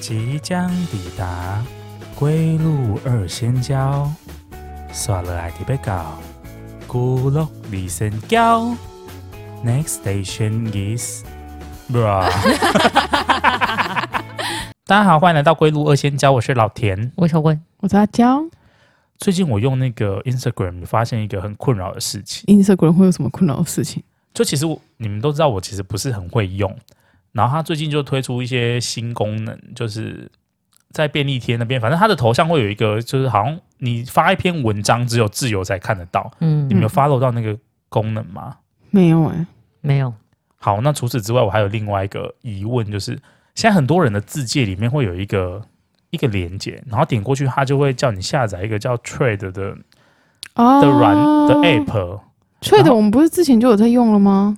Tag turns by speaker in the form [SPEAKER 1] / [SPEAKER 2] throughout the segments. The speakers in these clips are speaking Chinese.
[SPEAKER 1] 即将抵达归路二仙交，刷了爱迪贝高，孤落二仙交。Next station is bra。大家好，欢迎来到归路二仙交，我是老田。
[SPEAKER 2] 我想问，
[SPEAKER 3] 我在教
[SPEAKER 1] 最近我用那个 Instagram 发现一个很困扰的事情，
[SPEAKER 3] Instagram 会有什么困扰的事情？
[SPEAKER 1] 就其实我你们都知道，我其实不是很会用。然后它最近就推出一些新功能，就是在便利贴那边，反正它的头像会有一个，就是好像你发一篇文章，只有自由才看得到。
[SPEAKER 2] 嗯
[SPEAKER 1] 你，们有 follow 到那个功能吗？
[SPEAKER 3] 没有哎、
[SPEAKER 2] 没欸有，
[SPEAKER 1] 好，那除此之外，我还有另外一个疑问，就是现在很多人的字界里面会有一个一个连接，然后点过去，它就会叫你下载一个叫 Trade 的
[SPEAKER 3] 哦
[SPEAKER 1] 的软的 app。
[SPEAKER 3] 脆
[SPEAKER 1] 然
[SPEAKER 3] 的，
[SPEAKER 1] 后
[SPEAKER 3] 我们不是之前就有在用了吗？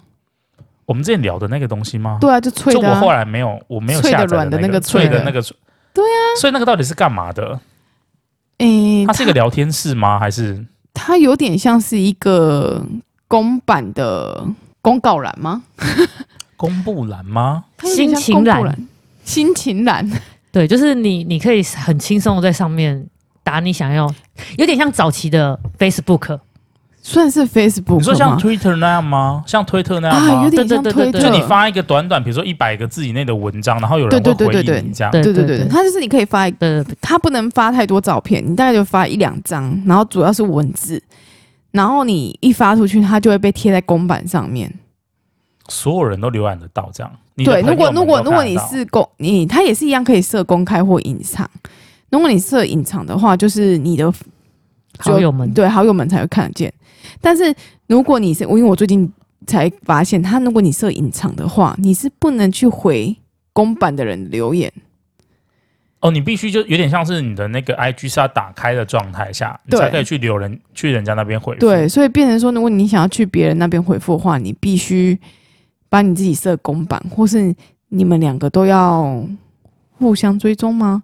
[SPEAKER 1] 我们之前聊的那个东西吗？
[SPEAKER 3] 对啊，就脆
[SPEAKER 1] 就
[SPEAKER 3] 的、
[SPEAKER 1] 我后
[SPEAKER 3] 啊。
[SPEAKER 1] 来没有，我没有
[SPEAKER 3] 脆的
[SPEAKER 1] 下载
[SPEAKER 3] 软的
[SPEAKER 1] 那
[SPEAKER 3] 那个
[SPEAKER 1] 脆的
[SPEAKER 3] 脆
[SPEAKER 1] 那
[SPEAKER 3] 的
[SPEAKER 1] 个，对啊，所以那个到底是干嘛的？
[SPEAKER 3] 诶、
[SPEAKER 1] 它是一个聊天室吗？还是
[SPEAKER 3] 它有点像是一个公版的公告栏吗？
[SPEAKER 1] 公布栏吗？
[SPEAKER 3] 它有点像
[SPEAKER 2] 心情栏
[SPEAKER 3] 公告栏，心情栏。
[SPEAKER 2] 对，就是你，你可以很轻松的在上面打你想要，有点像早期的 Facebook，
[SPEAKER 3] 算是 Facebook
[SPEAKER 1] 你说像
[SPEAKER 3] 吗
[SPEAKER 1] Twitter 那样吗？像推特那样吗？
[SPEAKER 3] 啊，有点像
[SPEAKER 2] 对对
[SPEAKER 3] 推
[SPEAKER 2] 对
[SPEAKER 3] 特。
[SPEAKER 2] 对
[SPEAKER 1] 就你发一个短短，比如说一百个字以内的文章，然后有人会
[SPEAKER 3] 对对
[SPEAKER 1] 回
[SPEAKER 3] 对对
[SPEAKER 1] 应你这样。
[SPEAKER 2] 对
[SPEAKER 3] 对对
[SPEAKER 2] 对
[SPEAKER 3] 对，
[SPEAKER 2] 对
[SPEAKER 3] 它就是你可以发一
[SPEAKER 2] 对，
[SPEAKER 3] 它不能发太多照片，你大概就发一两张，然后主要是文字，然后你一发出去，它就会被贴在公版上面。
[SPEAKER 1] 所有人都浏览得到这样。你的
[SPEAKER 3] 对，
[SPEAKER 1] 朋
[SPEAKER 3] 如
[SPEAKER 1] 友
[SPEAKER 3] 果
[SPEAKER 1] 们
[SPEAKER 3] 如果
[SPEAKER 1] 都看
[SPEAKER 3] 如果
[SPEAKER 1] 得
[SPEAKER 3] 你
[SPEAKER 1] 到
[SPEAKER 3] 是公，你它也是一样可以设公开或隐藏。如果你设隐藏的话，就是你的就
[SPEAKER 2] 好友
[SPEAKER 1] 嗯
[SPEAKER 2] 们，
[SPEAKER 3] 对好友们才会看得见。但是如果你是，因为我最近才发现，它如果你设隐藏的话，你是不能去回公版的人留言。
[SPEAKER 1] 哦，你必须就有点像是你的那个 IG 是要打开的状态下，你
[SPEAKER 3] 对
[SPEAKER 1] 才可以去留人去人家那边回复。
[SPEAKER 3] 对，，所以变成说，如果你想要去别人那边回复的话，你必须把你自己设公版，或是你们两个都要互相追踪吗？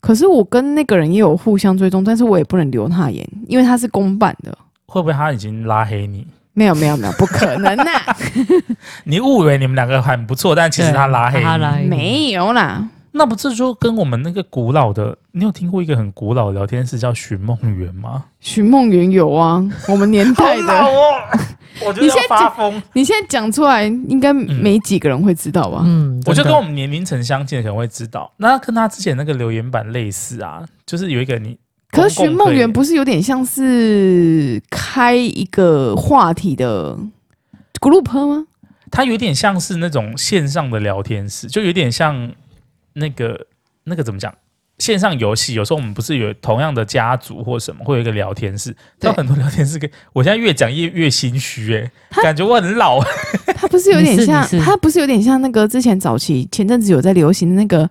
[SPEAKER 3] 可是我跟那个人也有互相追踪，但是我也不能留他言，因为他是公版的。
[SPEAKER 1] 会不会他已经拉黑你？
[SPEAKER 3] 没有没有没有，不可能啊呐、
[SPEAKER 1] 你误以为你们两个很不错，但其实他拉黑你。
[SPEAKER 2] 他拉黑你，
[SPEAKER 3] 没有啦。
[SPEAKER 1] 那不这就跟我们那个古老的，你有听过一个很古老的聊天室叫寻梦园 吗？
[SPEAKER 3] 许梦圆有啊，我们年代的，
[SPEAKER 1] 哦， 我觉
[SPEAKER 3] 得要发
[SPEAKER 1] 疯。
[SPEAKER 3] 你现在讲出来应该没几个人会知道吧？
[SPEAKER 2] 嗯，
[SPEAKER 1] 我觉得
[SPEAKER 2] 真的
[SPEAKER 1] 跟我们年龄层相近的可能会知道，那跟他之前那个留言板类似啊，就是有一个你，
[SPEAKER 3] 可是
[SPEAKER 1] 公
[SPEAKER 3] 寻
[SPEAKER 1] 共
[SPEAKER 3] 梦
[SPEAKER 1] 可以
[SPEAKER 3] 园不是有点像是开一个话题的 group 吗？
[SPEAKER 1] 它有点像是那种线上的聊天室，就有点像那个那个怎么讲？线上游戏有时候我们不是有同样的家族或什么，会有一个聊天室，它有
[SPEAKER 3] 对
[SPEAKER 1] 很多聊天室可以。我现在越讲越越心虚哎、感觉我很老。
[SPEAKER 3] 它不是有点像
[SPEAKER 2] 你是你，是
[SPEAKER 3] 它不是有点像那个之前早期前阵子有在流行的那个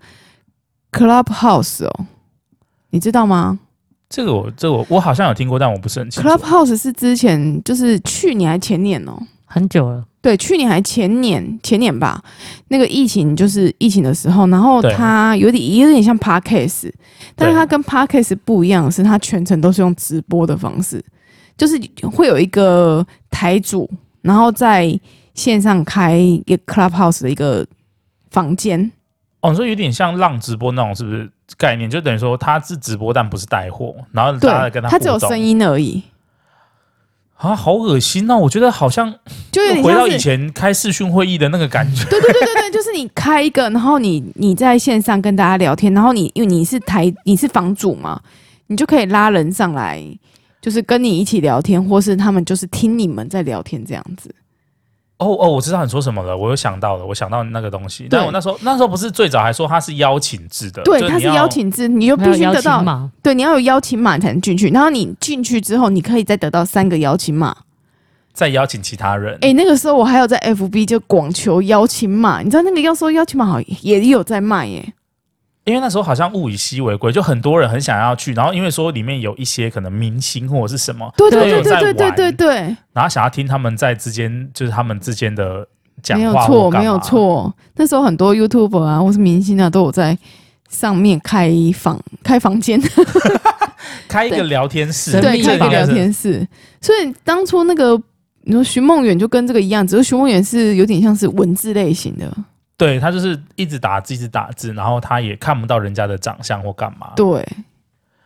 [SPEAKER 3] Clubhouse 哦，你知道吗
[SPEAKER 1] 这个我这个我我好像有听过，但我不是很清楚。
[SPEAKER 3] ？Clubhouse 是之前就是去年还前年哦，
[SPEAKER 2] 很久了，
[SPEAKER 3] 对，去年还前年前年吧，那个疫情就是疫情的时候，然后
[SPEAKER 1] 对
[SPEAKER 3] 它有点有点像 Podcast，但是它跟 Podcast 不一样的是，它全程都是用直播的方式，就是会有一个台主，然后在线上开一个 Clubhouse 的一个房间。
[SPEAKER 1] 哦，你说有点像浪直播那种，是不是概念？就等于说他是直播，但不是带货，然后大家
[SPEAKER 3] 对
[SPEAKER 1] 跟，他
[SPEAKER 3] 它只有
[SPEAKER 1] 互动
[SPEAKER 3] 声音而已，
[SPEAKER 1] 啊，好恶心哦！我觉得好像
[SPEAKER 3] 就有
[SPEAKER 1] 又
[SPEAKER 3] 点
[SPEAKER 1] 回到
[SPEAKER 3] 像
[SPEAKER 1] 以
[SPEAKER 3] 是，
[SPEAKER 1] 前开视讯会议的那个感觉。
[SPEAKER 3] 对对对对对，就是你开一个，然后你你在线上跟大家聊天，然后你因为你是台你是房主嘛，你就可以拉人上来，就是跟你一起聊天，或是他们就是听你们在聊天这样子。
[SPEAKER 1] 哦哦，我知道你说什么了，我又想到了，我想到那个东西。但
[SPEAKER 3] 对
[SPEAKER 1] 我那时候那时候不是最早还说它是邀请制的，
[SPEAKER 3] 对
[SPEAKER 1] 就，
[SPEAKER 3] 它
[SPEAKER 1] 你
[SPEAKER 3] 是
[SPEAKER 1] 要
[SPEAKER 3] 邀。请制，你就必
[SPEAKER 2] 还有
[SPEAKER 3] 须
[SPEAKER 2] 邀
[SPEAKER 3] 得
[SPEAKER 2] 请
[SPEAKER 3] 到，
[SPEAKER 2] 码，
[SPEAKER 3] 对，你要有邀请码才能进去，然后你进去之后，你可以再得到三个邀请码。
[SPEAKER 1] 再邀请其他人。
[SPEAKER 3] 哎、那个时候我还有在 FB 就广求邀请码，你知道那个要说邀请码好也有在卖耶、
[SPEAKER 1] 因为那时候好像物以稀为贵，就很多人很想要去，然后因为说里面有一些可能明星或者是什么，
[SPEAKER 3] 对
[SPEAKER 1] 都
[SPEAKER 3] 对
[SPEAKER 1] 有
[SPEAKER 3] 对
[SPEAKER 1] 在
[SPEAKER 3] 对对对
[SPEAKER 1] 玩
[SPEAKER 3] 对对。
[SPEAKER 1] 然后想要听他们在之间就是他们之间的讲
[SPEAKER 3] 没有
[SPEAKER 1] 话或
[SPEAKER 3] 错，
[SPEAKER 1] 干嘛
[SPEAKER 3] 没有。错。那时候很多 YouTuber 啊，或是明星啊，都有在上面开房、开房间，
[SPEAKER 1] 开一个
[SPEAKER 3] 对
[SPEAKER 1] 聊天室，
[SPEAKER 2] 神
[SPEAKER 3] 对，
[SPEAKER 2] 秘
[SPEAKER 3] 开一个
[SPEAKER 2] 房
[SPEAKER 3] 聊
[SPEAKER 1] 间
[SPEAKER 3] 天室。所以当初
[SPEAKER 2] 啊
[SPEAKER 3] 那个，你说寻梦远就跟这个一样，只是寻梦远是有点像是文字类型的，
[SPEAKER 1] 对他就是一直打字，一直打字，然后他也看不到人家的长相或干嘛。
[SPEAKER 3] 对，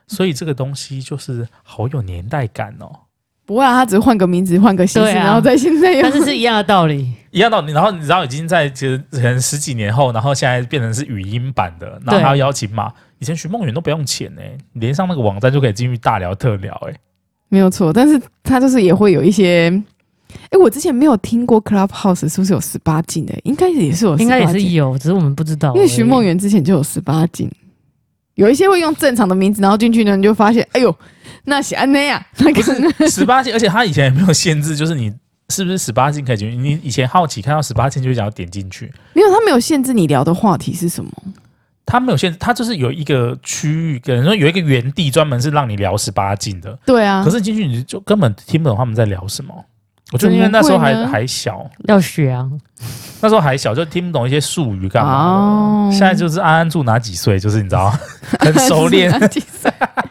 [SPEAKER 1] 所以这个东西就是好有年代感哦。
[SPEAKER 3] 不会啊，他只是换个名字，换个姓氏，
[SPEAKER 2] 对啊
[SPEAKER 3] 然后在现在 又
[SPEAKER 2] 但是是一样的道理。
[SPEAKER 1] 一样道理，然后你知道已经在其实可能十几年后，然后现在变成是语音版的，然后
[SPEAKER 2] 对
[SPEAKER 1] 还要邀请码。以前徐梦圆都不用钱呢、你连上那个网站就可以进去大聊特聊、欸，
[SPEAKER 3] 没有错，但是他就是也会有一些。哎，我之前没有听过 Clubhouse 是不是有十八禁的？应该也是 有，
[SPEAKER 2] 应该也是，有，只是我们不知道而已。
[SPEAKER 3] 因为徐梦圆之前就有十八禁，有一些会用正常的名字，然后进去呢你就发现，哎呦，那是安内啊，那个
[SPEAKER 1] 十八禁，而且他以前也没有限制，就是你是不是十八禁可以进去？你以前好奇看到十八禁就会想要点进去，
[SPEAKER 3] 没有，他没有限制你聊的话题是什么。
[SPEAKER 1] 他没有限制，他就是有一个区域，可能说有一个园地专门是让你聊十八禁的，
[SPEAKER 3] 对啊，
[SPEAKER 1] 可是进去你就根本听不懂他们在聊什么。我觉得因为那时候
[SPEAKER 3] 怎么会
[SPEAKER 1] 还
[SPEAKER 3] 呢
[SPEAKER 1] 还小，
[SPEAKER 2] 要学啊，
[SPEAKER 1] 那时候还小，就听不懂一些术语干嘛的。
[SPEAKER 3] 哦
[SPEAKER 1] 现在就是安安住哪几岁，就是你知道， 很熟 练，
[SPEAKER 3] 是啊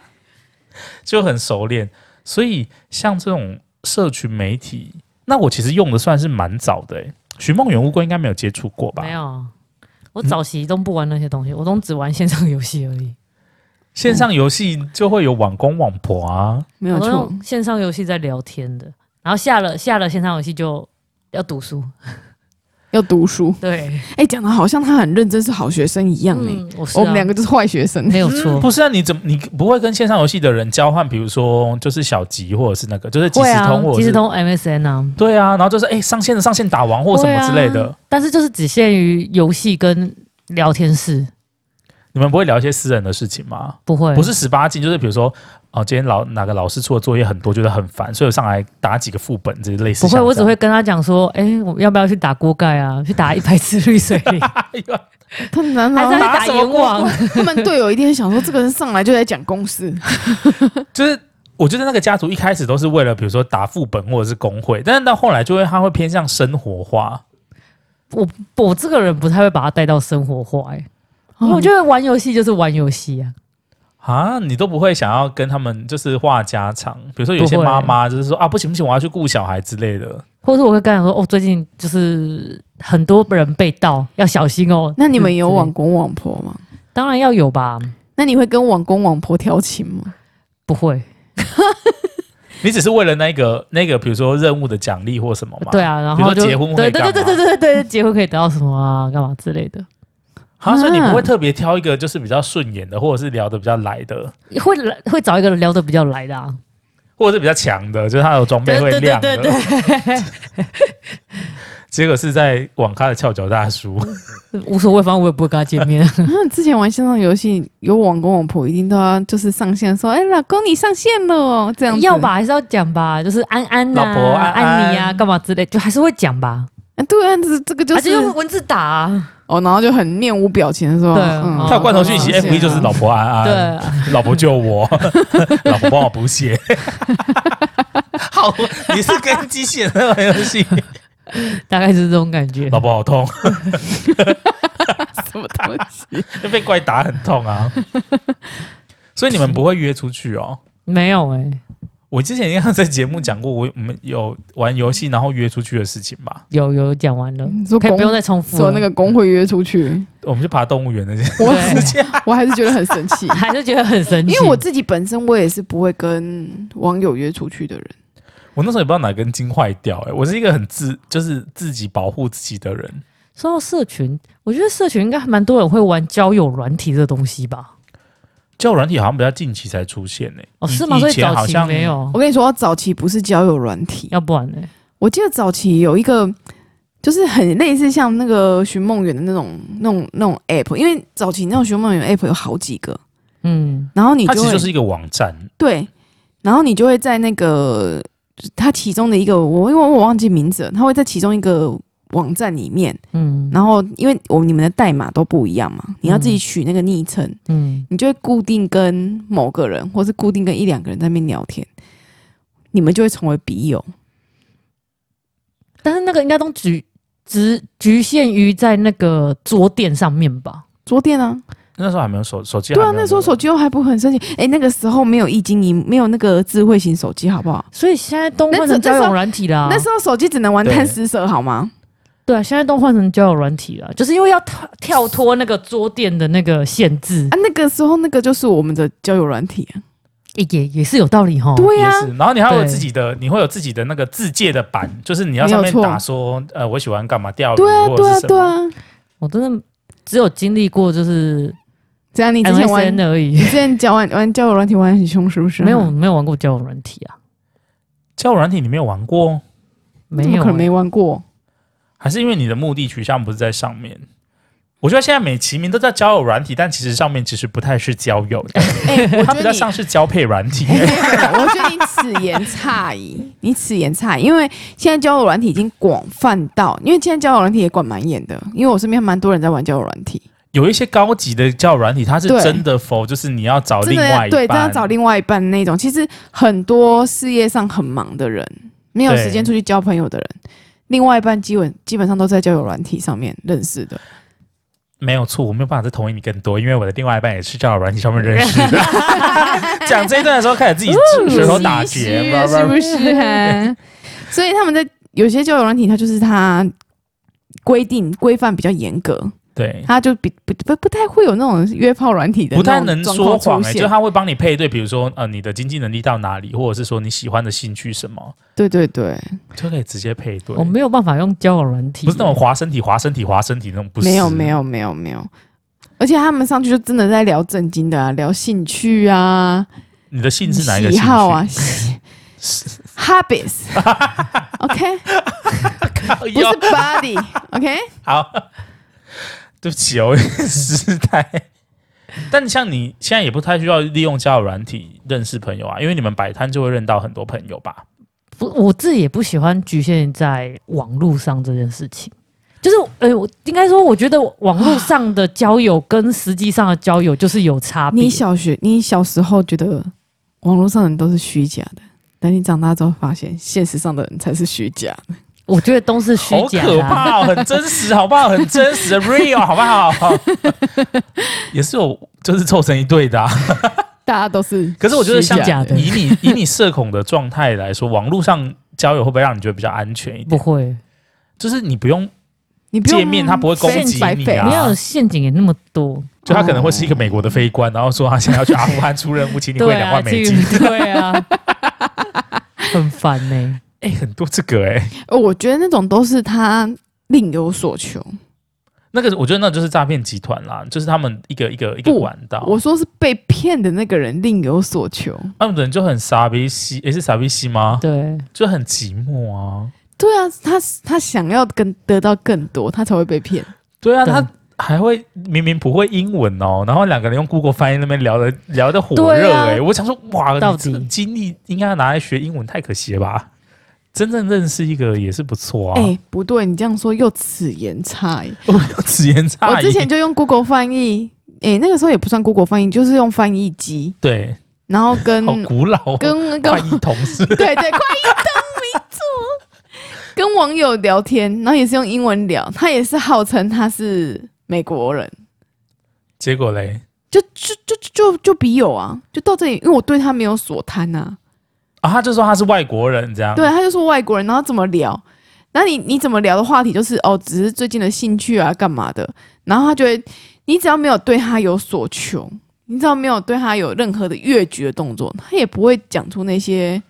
[SPEAKER 1] 就很熟练。所以像这种社群媒体，那我其实用的算是蛮早的、欸。徐梦圆乌龟应该没有接触过吧？
[SPEAKER 2] 没有。我早期都不玩那些东西，我都只玩线上游戏而已。
[SPEAKER 1] 线上游戏就会有网公网婆啊，
[SPEAKER 3] 没
[SPEAKER 2] 我
[SPEAKER 3] 有
[SPEAKER 2] 都
[SPEAKER 3] 错，
[SPEAKER 2] 用线上游戏在聊天的，然后下了下了线上游戏就要读书。
[SPEAKER 3] 要读书。
[SPEAKER 2] 对，
[SPEAKER 3] 哎，讲的好像他很认真，是好学生一样哎、
[SPEAKER 2] 嗯，我是啊
[SPEAKER 3] 我们两个就是坏学生。
[SPEAKER 2] 没有错
[SPEAKER 1] 嗯，不是啊？你怎么你不会跟线上游戏的人交换？比如说就是小吉或者是那个就是即
[SPEAKER 2] 会
[SPEAKER 1] 时
[SPEAKER 2] 啊
[SPEAKER 1] 通，或者
[SPEAKER 2] 即
[SPEAKER 1] 是
[SPEAKER 2] 时通 MSN 啊，
[SPEAKER 1] 对啊，然后就是哎、上线的上线打王或什么之类的，
[SPEAKER 2] 但是就是只限于游戏跟聊天室，
[SPEAKER 1] 你们不会聊一些私人的事情吗？
[SPEAKER 2] 不会，
[SPEAKER 1] 不是十八禁，就是比如说，哦、今天老哪个老师出的作业很多，觉得很烦，所以我上来打几个副本，这类似
[SPEAKER 2] 不
[SPEAKER 1] 像这
[SPEAKER 2] 会，
[SPEAKER 1] 样。
[SPEAKER 2] 我只会跟他讲说，哎、我要不要去打锅盖啊？ 去打一百次绿水 灵，
[SPEAKER 1] 哎呦
[SPEAKER 3] 他们难
[SPEAKER 2] 还是
[SPEAKER 3] 道
[SPEAKER 2] 要去
[SPEAKER 1] 打
[SPEAKER 2] 打
[SPEAKER 1] 什么
[SPEAKER 2] 阎
[SPEAKER 1] 锅
[SPEAKER 2] 王？
[SPEAKER 3] 他们队友一定想说，这个人上来就在讲公司，
[SPEAKER 1] 就是我觉得那个家族一开始都是为了，比如说打副本或者是工会，但是到后来就会他会偏向生活化，
[SPEAKER 2] 不我这个人不太会把它带到生活化、哎、
[SPEAKER 3] 嗯
[SPEAKER 2] 因
[SPEAKER 3] 哦
[SPEAKER 2] 为我觉得玩游戏就是玩游戏啊，
[SPEAKER 1] 啊，你都不会想要跟他们就是话家常，比如说有些
[SPEAKER 2] 不会
[SPEAKER 1] 妈妈就是说啊，不行不行，我要去顾小孩之类的。
[SPEAKER 2] 或者我会跟他讲说，哦，最近就是很多人被盗，要小心哦。
[SPEAKER 3] 那你们有
[SPEAKER 2] 之类的
[SPEAKER 3] 网？公网婆吗？
[SPEAKER 2] 当然要有吧，
[SPEAKER 3] 那你会跟网公网婆调情吗？
[SPEAKER 2] 不会，
[SPEAKER 1] 你只是为了那个那个，比如说任务的奖励或什么嘛？
[SPEAKER 2] 对啊，然
[SPEAKER 1] 比如
[SPEAKER 2] 后
[SPEAKER 1] 说
[SPEAKER 2] 就
[SPEAKER 1] 结婚会
[SPEAKER 2] 对
[SPEAKER 1] 干
[SPEAKER 2] 对
[SPEAKER 1] 嘛
[SPEAKER 2] 对对对对对，结婚可以得到什么啊，干嘛之类的，
[SPEAKER 1] 啊，所以你不会
[SPEAKER 3] 啊
[SPEAKER 1] 特别挑一个就是比较顺眼的，或者是聊得比较来的，
[SPEAKER 2] 会来会找一个人聊得比较来的啊，
[SPEAKER 1] 或者是比较强的，就是他有装备会亮的。
[SPEAKER 2] 对
[SPEAKER 1] 结果是在网咖的翘脚大叔，
[SPEAKER 2] 哦无所谓，反正我也不会跟他见 面。
[SPEAKER 3] 那之前玩线上游戏，有网公网婆一定都要就是上线说，哎、老公你上线了哦，这样子
[SPEAKER 2] 要？吧，还是要讲吧，就是安安呐、
[SPEAKER 1] 老婆安安
[SPEAKER 2] 安妮啊，干嘛之类，就还是会讲吧，
[SPEAKER 3] 啊对啊，这这个就
[SPEAKER 2] 而
[SPEAKER 3] 是
[SPEAKER 2] 且用文字打、啊，
[SPEAKER 3] 哦，然后就很面无表情的说，嗯
[SPEAKER 2] 对哦
[SPEAKER 1] 跳罐头讯息
[SPEAKER 2] 哦
[SPEAKER 3] 上线
[SPEAKER 1] F 一就是
[SPEAKER 3] 了
[SPEAKER 1] 老婆啊安安，
[SPEAKER 2] 对，，啊
[SPEAKER 1] 老婆救我，老婆帮我补血。 好，你是跟机器人在玩游戏，
[SPEAKER 2] 大概是这种感觉
[SPEAKER 1] 老。婆好痛，
[SPEAKER 2] 啊
[SPEAKER 3] 什么东西？
[SPEAKER 1] 被怪打很痛 啊。所以你们不会约出去哦？
[SPEAKER 2] 没有哎、
[SPEAKER 1] 我之前应该在节目讲过，我我们有玩游戏然后约出去的事情吧？
[SPEAKER 2] 有有讲完了，
[SPEAKER 3] 你说
[SPEAKER 2] 可以
[SPEAKER 3] 公
[SPEAKER 2] 不用再重复
[SPEAKER 3] 说
[SPEAKER 2] 了。
[SPEAKER 3] 那个工会约出去，
[SPEAKER 1] 我们去爬动物园那些，
[SPEAKER 3] 我
[SPEAKER 2] 对
[SPEAKER 3] 我还是觉得很 生气，
[SPEAKER 2] 还是觉得很神奇，
[SPEAKER 3] 因为我自己本身我也是不会跟网友约出去的人。
[SPEAKER 1] 我那时候也不知道哪根筋坏掉、欸，我是一个很自就是自己保护自己的人。
[SPEAKER 2] 说到社群，我觉得社群应该还蛮多人会玩交友软体这东西吧？
[SPEAKER 1] 交友软体好像比较近期才出现呢、
[SPEAKER 2] 哦，
[SPEAKER 1] 以
[SPEAKER 2] 是吗？所以
[SPEAKER 1] 前
[SPEAKER 2] 早
[SPEAKER 1] 好
[SPEAKER 2] 期
[SPEAKER 1] 像
[SPEAKER 2] 没，有，
[SPEAKER 3] 我跟你说，早期不是交友软体，
[SPEAKER 2] 哦要不然呢、
[SPEAKER 3] 我记得早期有一个，就是很类似像那个寻梦园的那种、那种、那种 app，因为早期那种寻梦园 app 有好几个，
[SPEAKER 2] 嗯，
[SPEAKER 3] 然后你
[SPEAKER 1] 它
[SPEAKER 3] 就
[SPEAKER 1] 其
[SPEAKER 3] 会
[SPEAKER 1] 实就是一个网站，
[SPEAKER 3] 对，然后你就会在那个它其中的一个，我因为我忘记名字了，它会在其中一个网站里面，
[SPEAKER 2] 嗯
[SPEAKER 3] 然后因为我你们的代码都不一样嘛，你要自己
[SPEAKER 2] 嗯
[SPEAKER 3] 取那个昵称，
[SPEAKER 2] 嗯，
[SPEAKER 3] 你就会固定跟某个人，或是固定跟一两个人在那边聊天，你们就会成为笔友。
[SPEAKER 2] 但是那个应该都局只局限于在那个桌垫上面吧？
[SPEAKER 3] 桌垫啊，
[SPEAKER 1] 那时候还没有手手机，
[SPEAKER 3] 对啊，那时候手。机又还不很盛行，哎、那个时候没有液晶屏，没有那个智慧型手机，好不好？
[SPEAKER 2] 所以现在都
[SPEAKER 3] 那
[SPEAKER 2] 换成
[SPEAKER 3] 那时
[SPEAKER 2] 交
[SPEAKER 3] 候
[SPEAKER 2] 友软体啦、
[SPEAKER 3] 那时候手机只能玩
[SPEAKER 1] 啊对
[SPEAKER 3] 贪食蛇，好吗？
[SPEAKER 2] 对啊，现在都换成交友软体了，就是因为要跳跳脱那个桌垫的那个限制，
[SPEAKER 3] 啊，那个时候那个就是我们的交友软体啊。
[SPEAKER 2] 也也也是有道理哈。
[SPEAKER 3] 对
[SPEAKER 1] 哦也
[SPEAKER 3] 啊，
[SPEAKER 1] 是，然后你还有
[SPEAKER 2] 对
[SPEAKER 1] 自己的，你会有自己的那个自介的版，就是你要上
[SPEAKER 3] 没
[SPEAKER 1] 面
[SPEAKER 3] 有错
[SPEAKER 1] 打说，呃，我喜欢干嘛钓鱼
[SPEAKER 3] 对啊，
[SPEAKER 1] 哦或
[SPEAKER 3] 对
[SPEAKER 1] 者
[SPEAKER 3] 啊，
[SPEAKER 1] 是什
[SPEAKER 3] 对
[SPEAKER 1] 么，
[SPEAKER 3] 啊。
[SPEAKER 2] 我真的只有经历过就是
[SPEAKER 3] 这样你之前玩
[SPEAKER 2] MSN 而 已
[SPEAKER 3] 你，之前交玩玩交友软体玩得很凶，是不是？啊
[SPEAKER 2] 没有，没有玩过交友软体啊，
[SPEAKER 1] 交友软体你没有玩过，
[SPEAKER 2] 没
[SPEAKER 3] 怎么
[SPEAKER 2] 有
[SPEAKER 3] 可能
[SPEAKER 2] 欸
[SPEAKER 3] 没玩过。
[SPEAKER 1] 还是因为你的目的取向不是在上面？我觉得现在美其名都叫交友软体，但其实上面其实不太是交友的，
[SPEAKER 3] 哎、 我
[SPEAKER 1] 它比
[SPEAKER 3] 觉得
[SPEAKER 1] 较
[SPEAKER 3] 你，
[SPEAKER 1] 像是交配软体。
[SPEAKER 3] 我觉得你此言差矣，你此言差矣，因为现在交友软体已经广泛到，因为现在交友软体也管蛮严的，因为我身边蛮多人在玩交友软体，
[SPEAKER 1] 有一些高级的交友软体，它是
[SPEAKER 3] 对
[SPEAKER 1] 真的否，就是你要找
[SPEAKER 3] 真
[SPEAKER 1] 另
[SPEAKER 3] 的
[SPEAKER 1] 外
[SPEAKER 3] 要
[SPEAKER 1] 一
[SPEAKER 3] 对，真的
[SPEAKER 1] 半
[SPEAKER 3] 要找另外一半那种。其实很多事业上很忙的人，没有
[SPEAKER 1] 对
[SPEAKER 3] 时间出去交朋友的人，另外一半基本基本上都在交友软体上面认识的。
[SPEAKER 1] 没有错，我没有办法再同意你更多，因为我的另外一半也是交友软体上面认识 的。讲这一段的时候，开始自己舌头打结，叭叭
[SPEAKER 3] 嗯是不是、啊？ 所以他们在有些交友软体，它就是它规定规范比较严
[SPEAKER 1] 嗯
[SPEAKER 3] 格，
[SPEAKER 1] 对，
[SPEAKER 3] 它就比不不不太会有那种约炮软体的
[SPEAKER 1] 不太
[SPEAKER 3] 那
[SPEAKER 1] 能
[SPEAKER 3] 种
[SPEAKER 1] 说
[SPEAKER 3] 状况
[SPEAKER 1] 谎、
[SPEAKER 3] 出
[SPEAKER 1] 欸，
[SPEAKER 3] 现
[SPEAKER 1] 就他会帮你配对，比如说呃，你的经济能力到哪里，或者是说你喜欢的兴趣什么，
[SPEAKER 3] 对对对，
[SPEAKER 1] 就可以直接配对。
[SPEAKER 2] 我没有办法用交友软体，
[SPEAKER 1] 不是那种滑身体、滑身体、滑身体那种，不是
[SPEAKER 3] 没有没有没有没有。而且他们上去就真的在聊正经的啊，聊兴趣啊，
[SPEAKER 1] 你的性是哪一个
[SPEAKER 3] 喜
[SPEAKER 1] 兴趣
[SPEAKER 3] 好 啊，habits，OK，、OK？
[SPEAKER 1] 哎靠
[SPEAKER 3] 不是
[SPEAKER 1] 腰
[SPEAKER 3] body，OK，、
[SPEAKER 1] 好，对不起哦，失态。但像你现在也不太需要利用交友软体认识朋友啊，因为你们摆摊就会认到很多朋友吧？
[SPEAKER 2] 不，我自己也不喜欢局限在网络上这件事情。就是，呃，我应该说，我觉得网络上的交友跟实际上的交友就是有差别
[SPEAKER 3] 你。小学，你小时候觉得网络上的人都是虚假的，等你长大之后发现，现实上的人才是虚假。
[SPEAKER 2] 我觉得都是虚
[SPEAKER 1] 好
[SPEAKER 2] 假
[SPEAKER 1] 可
[SPEAKER 2] 的啊、
[SPEAKER 1] 怕哦，很真实，好不好？很真实的 real，好不 好？也是有，就是凑成一对的、啊。
[SPEAKER 3] 大家都是，
[SPEAKER 1] 可是我觉得像
[SPEAKER 2] 虚假的
[SPEAKER 1] 以你以你社恐的状态来说，网络上交友会不会让你觉得比较安全一
[SPEAKER 2] 不
[SPEAKER 1] 点？
[SPEAKER 2] 会，
[SPEAKER 1] 就是你不用，
[SPEAKER 3] 你不用
[SPEAKER 1] 界面它不会攻击
[SPEAKER 3] 白
[SPEAKER 1] 你
[SPEAKER 3] 费
[SPEAKER 1] 啊
[SPEAKER 2] 没有陷阱也那么多。
[SPEAKER 1] 就他可能会是一个美国的飞官，然后说他现在要去阿富汗出任务，请你汇
[SPEAKER 2] 哦对
[SPEAKER 1] 两
[SPEAKER 2] 啊，
[SPEAKER 1] 万美
[SPEAKER 2] 去
[SPEAKER 1] 金。
[SPEAKER 2] 对啊，很烦呢、
[SPEAKER 1] 哎、很多这个哎、
[SPEAKER 3] 呃我觉得那种都是他另有所求。
[SPEAKER 1] 那个我觉得那就是诈骗集团啦，就是他们一个一个一个
[SPEAKER 3] 不
[SPEAKER 1] 管道，
[SPEAKER 3] 我说是被骗的那个人另有所求。
[SPEAKER 1] 他们人就很傻逼西，也、是傻逼西吗？
[SPEAKER 2] 对，
[SPEAKER 1] 就很寂寞啊。
[SPEAKER 3] 对啊，他他想要更得到更多，他才会被骗。
[SPEAKER 1] 对啊，
[SPEAKER 2] 对
[SPEAKER 1] 他还会明明不会英文哦，然后两个人用 Google 翻译那边聊的聊的火热
[SPEAKER 2] 对啊
[SPEAKER 1] 哎、我想说哇，
[SPEAKER 2] 到
[SPEAKER 1] 你这个
[SPEAKER 2] 底
[SPEAKER 1] 精力应该要拿来学英文，太可惜了吧？真正认识一个也是不错啊。
[SPEAKER 3] 哎、不对，你这样说又此言差矣。
[SPEAKER 1] 我有此言差
[SPEAKER 3] 我
[SPEAKER 1] 矣。
[SPEAKER 3] 之前就用 Google 翻译，哎、那个时候也不算 Google 翻译，就是用翻译机，
[SPEAKER 1] 对，
[SPEAKER 3] 然后跟
[SPEAKER 1] 好古老、哦，
[SPEAKER 3] 跟那个
[SPEAKER 1] 换一同事
[SPEAKER 3] 对对，快一灯没错。跟网友聊天，然后也是用英文聊，他也是号称他是美国人，
[SPEAKER 1] 结果嘞，
[SPEAKER 3] 就就就就就就笔友啊，就到这里，因为我对他没有所贪呐、
[SPEAKER 1] 啊，他就说他是外国人这样。
[SPEAKER 3] 对，他啊就说外国人，然后怎么聊？那你你怎么聊的话题就是哦，只是最近的兴趣啊，干嘛的？然后他觉得你只要没有对他有所求，你只要没有对他有任何的越矩的动作，他也不会讲出那些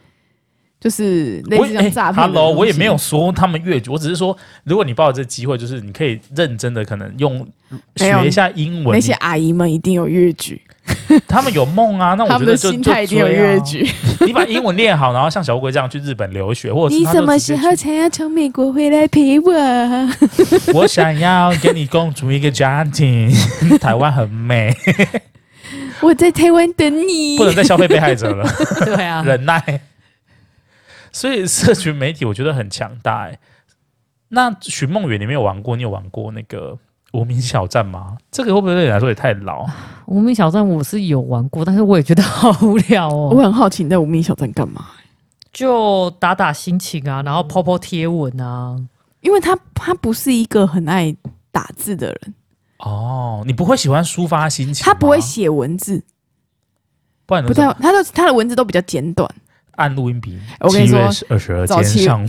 [SPEAKER 3] 就是类
[SPEAKER 1] 我哎
[SPEAKER 3] 似像诈骗的东西。
[SPEAKER 1] 哈喽，我也没有说他们越剧，我只是说，如果你抱着这机会，就是你可以认真的，可能用
[SPEAKER 3] 没有
[SPEAKER 1] 学一下英文。
[SPEAKER 3] 那些阿姨们一定有越剧，
[SPEAKER 1] 你他们有梦啊，那我
[SPEAKER 3] 他
[SPEAKER 1] 觉
[SPEAKER 3] 们
[SPEAKER 1] 得
[SPEAKER 3] 的
[SPEAKER 1] 就
[SPEAKER 3] 心态一定有越。剧。
[SPEAKER 1] 就追啊 你把英文练好，然后像小乌龟这样去日本留学，或者是
[SPEAKER 3] 你
[SPEAKER 1] 他
[SPEAKER 3] 什
[SPEAKER 1] 就
[SPEAKER 3] 么
[SPEAKER 1] 直接
[SPEAKER 3] 时候才要从美国回来陪我？
[SPEAKER 1] 去 我想要给你共组一个家庭，台湾很美，
[SPEAKER 3] 我在台湾等你
[SPEAKER 1] 不。能再消费被害者 了。
[SPEAKER 2] 对啊，
[SPEAKER 1] 忍耐。所以社群媒体我觉得很强大、欸。那寻梦园你没有玩过，你有玩过那个无名小站吗？这个会不会对你来说也太老？
[SPEAKER 2] 无名小站我是有玩过，但是我也觉得好无聊
[SPEAKER 3] 我
[SPEAKER 2] 哦，
[SPEAKER 3] 很好奇你在无名小站干嘛？
[SPEAKER 2] 就打打心情啊，然后抛抛贴文啊，
[SPEAKER 3] 因为他他不是一个很爱打字的人，
[SPEAKER 1] 哦，你不会喜欢抒发心情吗？
[SPEAKER 3] 他不会写文字，
[SPEAKER 1] 不然你
[SPEAKER 3] 不
[SPEAKER 1] 怎
[SPEAKER 3] 太
[SPEAKER 1] 么
[SPEAKER 3] 他的他的文字都比较简短。
[SPEAKER 1] 按录音笔，
[SPEAKER 3] 我跟
[SPEAKER 1] 七
[SPEAKER 3] 你
[SPEAKER 1] 月
[SPEAKER 3] 说
[SPEAKER 1] 二十二
[SPEAKER 3] 早
[SPEAKER 1] 天
[SPEAKER 3] 期
[SPEAKER 1] 上午，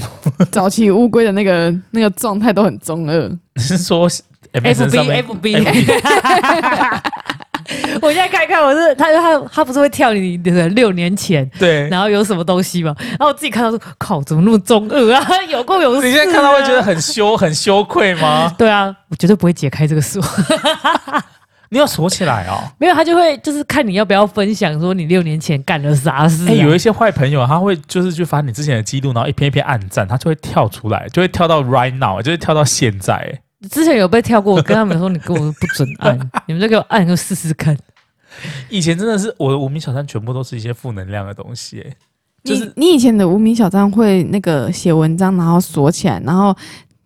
[SPEAKER 3] 早期乌龟的那个那个状态都很中二，
[SPEAKER 1] 是 说 MSN 上
[SPEAKER 2] FB
[SPEAKER 1] 面
[SPEAKER 2] FB。我现在看一看，我是他他他不是会跳你的六年前，
[SPEAKER 1] 对，
[SPEAKER 2] 然后有什么东西嘛？然后我自己看到说，靠，怎么那么中二啊？ 有够有事、啊！
[SPEAKER 1] 你现在看到会觉得很羞 很羞愧吗？
[SPEAKER 2] 对啊，我绝对不会解开这个锁。
[SPEAKER 1] 你要锁起来哦。
[SPEAKER 2] 没有，他就会就是看你要不要分享，说你六年前干了啥事、啊。
[SPEAKER 1] 哎、有一些坏朋友，他会就是去翻你之前的记录，然后一篇一篇暗赞，他就会跳出来，就会跳到 right now，就会跳到现在。
[SPEAKER 2] 之前有被跳过，我跟他们说你给我不准 按，你们就给我按个试试看。
[SPEAKER 1] 以前真的是我的无名小站全部都是一些负能量的东西、哎就是
[SPEAKER 3] 你你以前的无名小站会那个写文章，然后锁起来，然后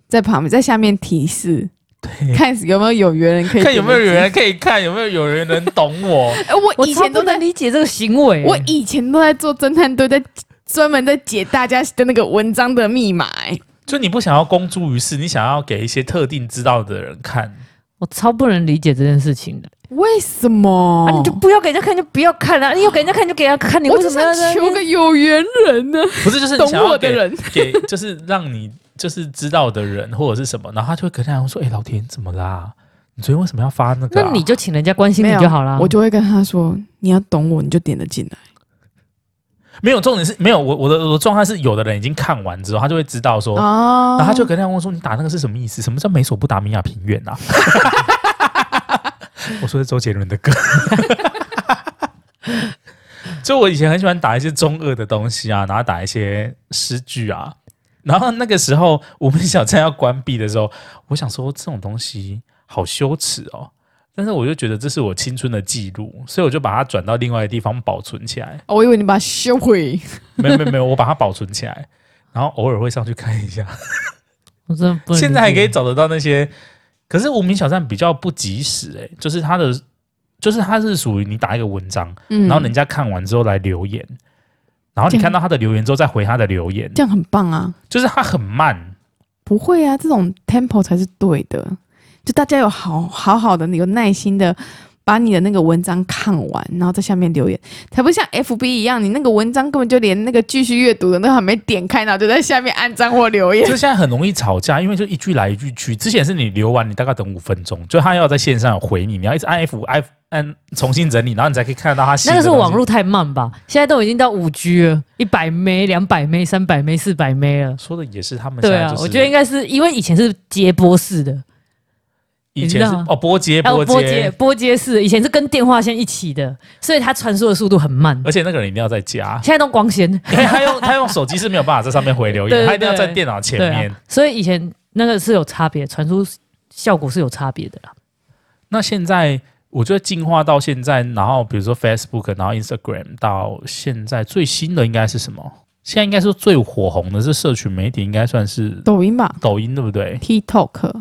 [SPEAKER 3] 在旁边在下面提示，
[SPEAKER 1] 对
[SPEAKER 3] 看有没有有缘人可以
[SPEAKER 1] 看有没有
[SPEAKER 3] 点
[SPEAKER 1] 有
[SPEAKER 3] 进去
[SPEAKER 1] 人可以看，有没有有人能懂我。
[SPEAKER 3] 哎、我
[SPEAKER 2] 我
[SPEAKER 3] 以前
[SPEAKER 2] 超
[SPEAKER 3] 都
[SPEAKER 2] 不能
[SPEAKER 3] 在，
[SPEAKER 2] 理解这个行为、
[SPEAKER 3] 我以前都在做侦探队，在专门在解大家的那个文章的密码、哎
[SPEAKER 1] 就你不想要公诸于世，你想要给一些特定知道的人看。
[SPEAKER 2] 我超不能理解这件事情的。
[SPEAKER 3] 为什么？
[SPEAKER 2] 啊，你就不要给人家看，就不要看啊了、你有给人家看，就给人家看，你
[SPEAKER 3] 哦我
[SPEAKER 2] 为
[SPEAKER 3] 只
[SPEAKER 2] 什么
[SPEAKER 3] 想
[SPEAKER 2] 要在那边
[SPEAKER 3] 求个有缘人呢、
[SPEAKER 1] 不是，就是你
[SPEAKER 3] 懂
[SPEAKER 1] 想要
[SPEAKER 3] 我的
[SPEAKER 1] 给
[SPEAKER 3] 人
[SPEAKER 1] 给，就是让你就是知道的人或者是什么，然后他就会跟他说：“哎、老田怎么啦？你昨天为什么要发那个、啊？”
[SPEAKER 2] 那你就请人家关心你
[SPEAKER 3] 没有
[SPEAKER 2] 就好啦。
[SPEAKER 3] 我就会跟他说，你要懂我，你就点得进来。
[SPEAKER 1] 没有重点是没有我我的我的状态是有的人已经看完之后，他就会知道说，
[SPEAKER 3] 哦
[SPEAKER 1] 然后他就跟他问说：“你打那个是什么意思？什么叫美索不达米亚平原啊？” 我说是周杰伦的歌。就我以前很喜欢打一些中二的东西啊，然后打一些诗句啊。然后那个时候我们小站要关闭的时候，我想说这种东西好羞耻哦。但是我就觉得这是我青春的记录，所以我就把它转到另外的地方保存起来。
[SPEAKER 3] 哦我以为你把它销毁，
[SPEAKER 1] 没有没有没有，我把它保存起来，然后偶尔会上去看一下。
[SPEAKER 2] 我真的不能。
[SPEAKER 1] 现在还可以，找得到那些，可是无名小站比较不及时、欸，就是它的，就是它是属于你打一个文章，
[SPEAKER 3] 嗯
[SPEAKER 1] 然后人家看完之后来留言，然后你
[SPEAKER 3] 这样
[SPEAKER 1] 看到他的留言之后再回他的留言，
[SPEAKER 3] 这样很棒啊。
[SPEAKER 1] 就是它很 慢，
[SPEAKER 3] 不会啊，这种 tempo 才是对的。就大家有好好好的有耐心的把你的那个文章看完，然后在下面留言，才不像 FB 一样，你那个文章根本就连那个继续阅读的那个还没点开，然后就在下面按赞或留
[SPEAKER 1] 就
[SPEAKER 3] 言。
[SPEAKER 1] 是现在很容易吵架，因为就一句来一句去。之前是你留完，你大概等五分钟，就他要在线上有回你，你要一直按 F F 按重新整理，然后你才可以看得到他新
[SPEAKER 2] 那
[SPEAKER 1] 的
[SPEAKER 2] 个是
[SPEAKER 1] 东西
[SPEAKER 2] 网络太慢吧？现在都已经到五 G 了，一百 M、两百 M、三百 M、四百 M 了。
[SPEAKER 1] 说的也是他们现
[SPEAKER 2] 对
[SPEAKER 1] 在
[SPEAKER 2] 啊
[SPEAKER 1] 就，是，
[SPEAKER 2] 我觉得应该是因为以前是接波式的，
[SPEAKER 1] 以前是
[SPEAKER 2] 你知道
[SPEAKER 1] 哦波接
[SPEAKER 2] 还有
[SPEAKER 1] 波
[SPEAKER 2] 波接
[SPEAKER 1] 接，
[SPEAKER 2] 波接式，以前是跟电话线一起的，所以它传输的速度很慢。
[SPEAKER 1] 而且那个人一定要在家。
[SPEAKER 2] 现在都光纤，
[SPEAKER 1] 因为哎他用他用手机是没有办法在上面回留
[SPEAKER 2] 对
[SPEAKER 1] 言，
[SPEAKER 2] 对
[SPEAKER 1] 他一定要在电脑前
[SPEAKER 2] 对
[SPEAKER 1] 面。
[SPEAKER 2] 啊，所以以前那个是有差别，传输效果是有差别的啦。
[SPEAKER 1] 那现在我觉得进化到现在，然后比如说 Facebook，然后 Instagram，到现在最新的应该是什么？现在应该说最火红的是社群媒体，应该算是
[SPEAKER 3] 抖音吧
[SPEAKER 1] 抖音，对不对？
[SPEAKER 3] ，TikTok，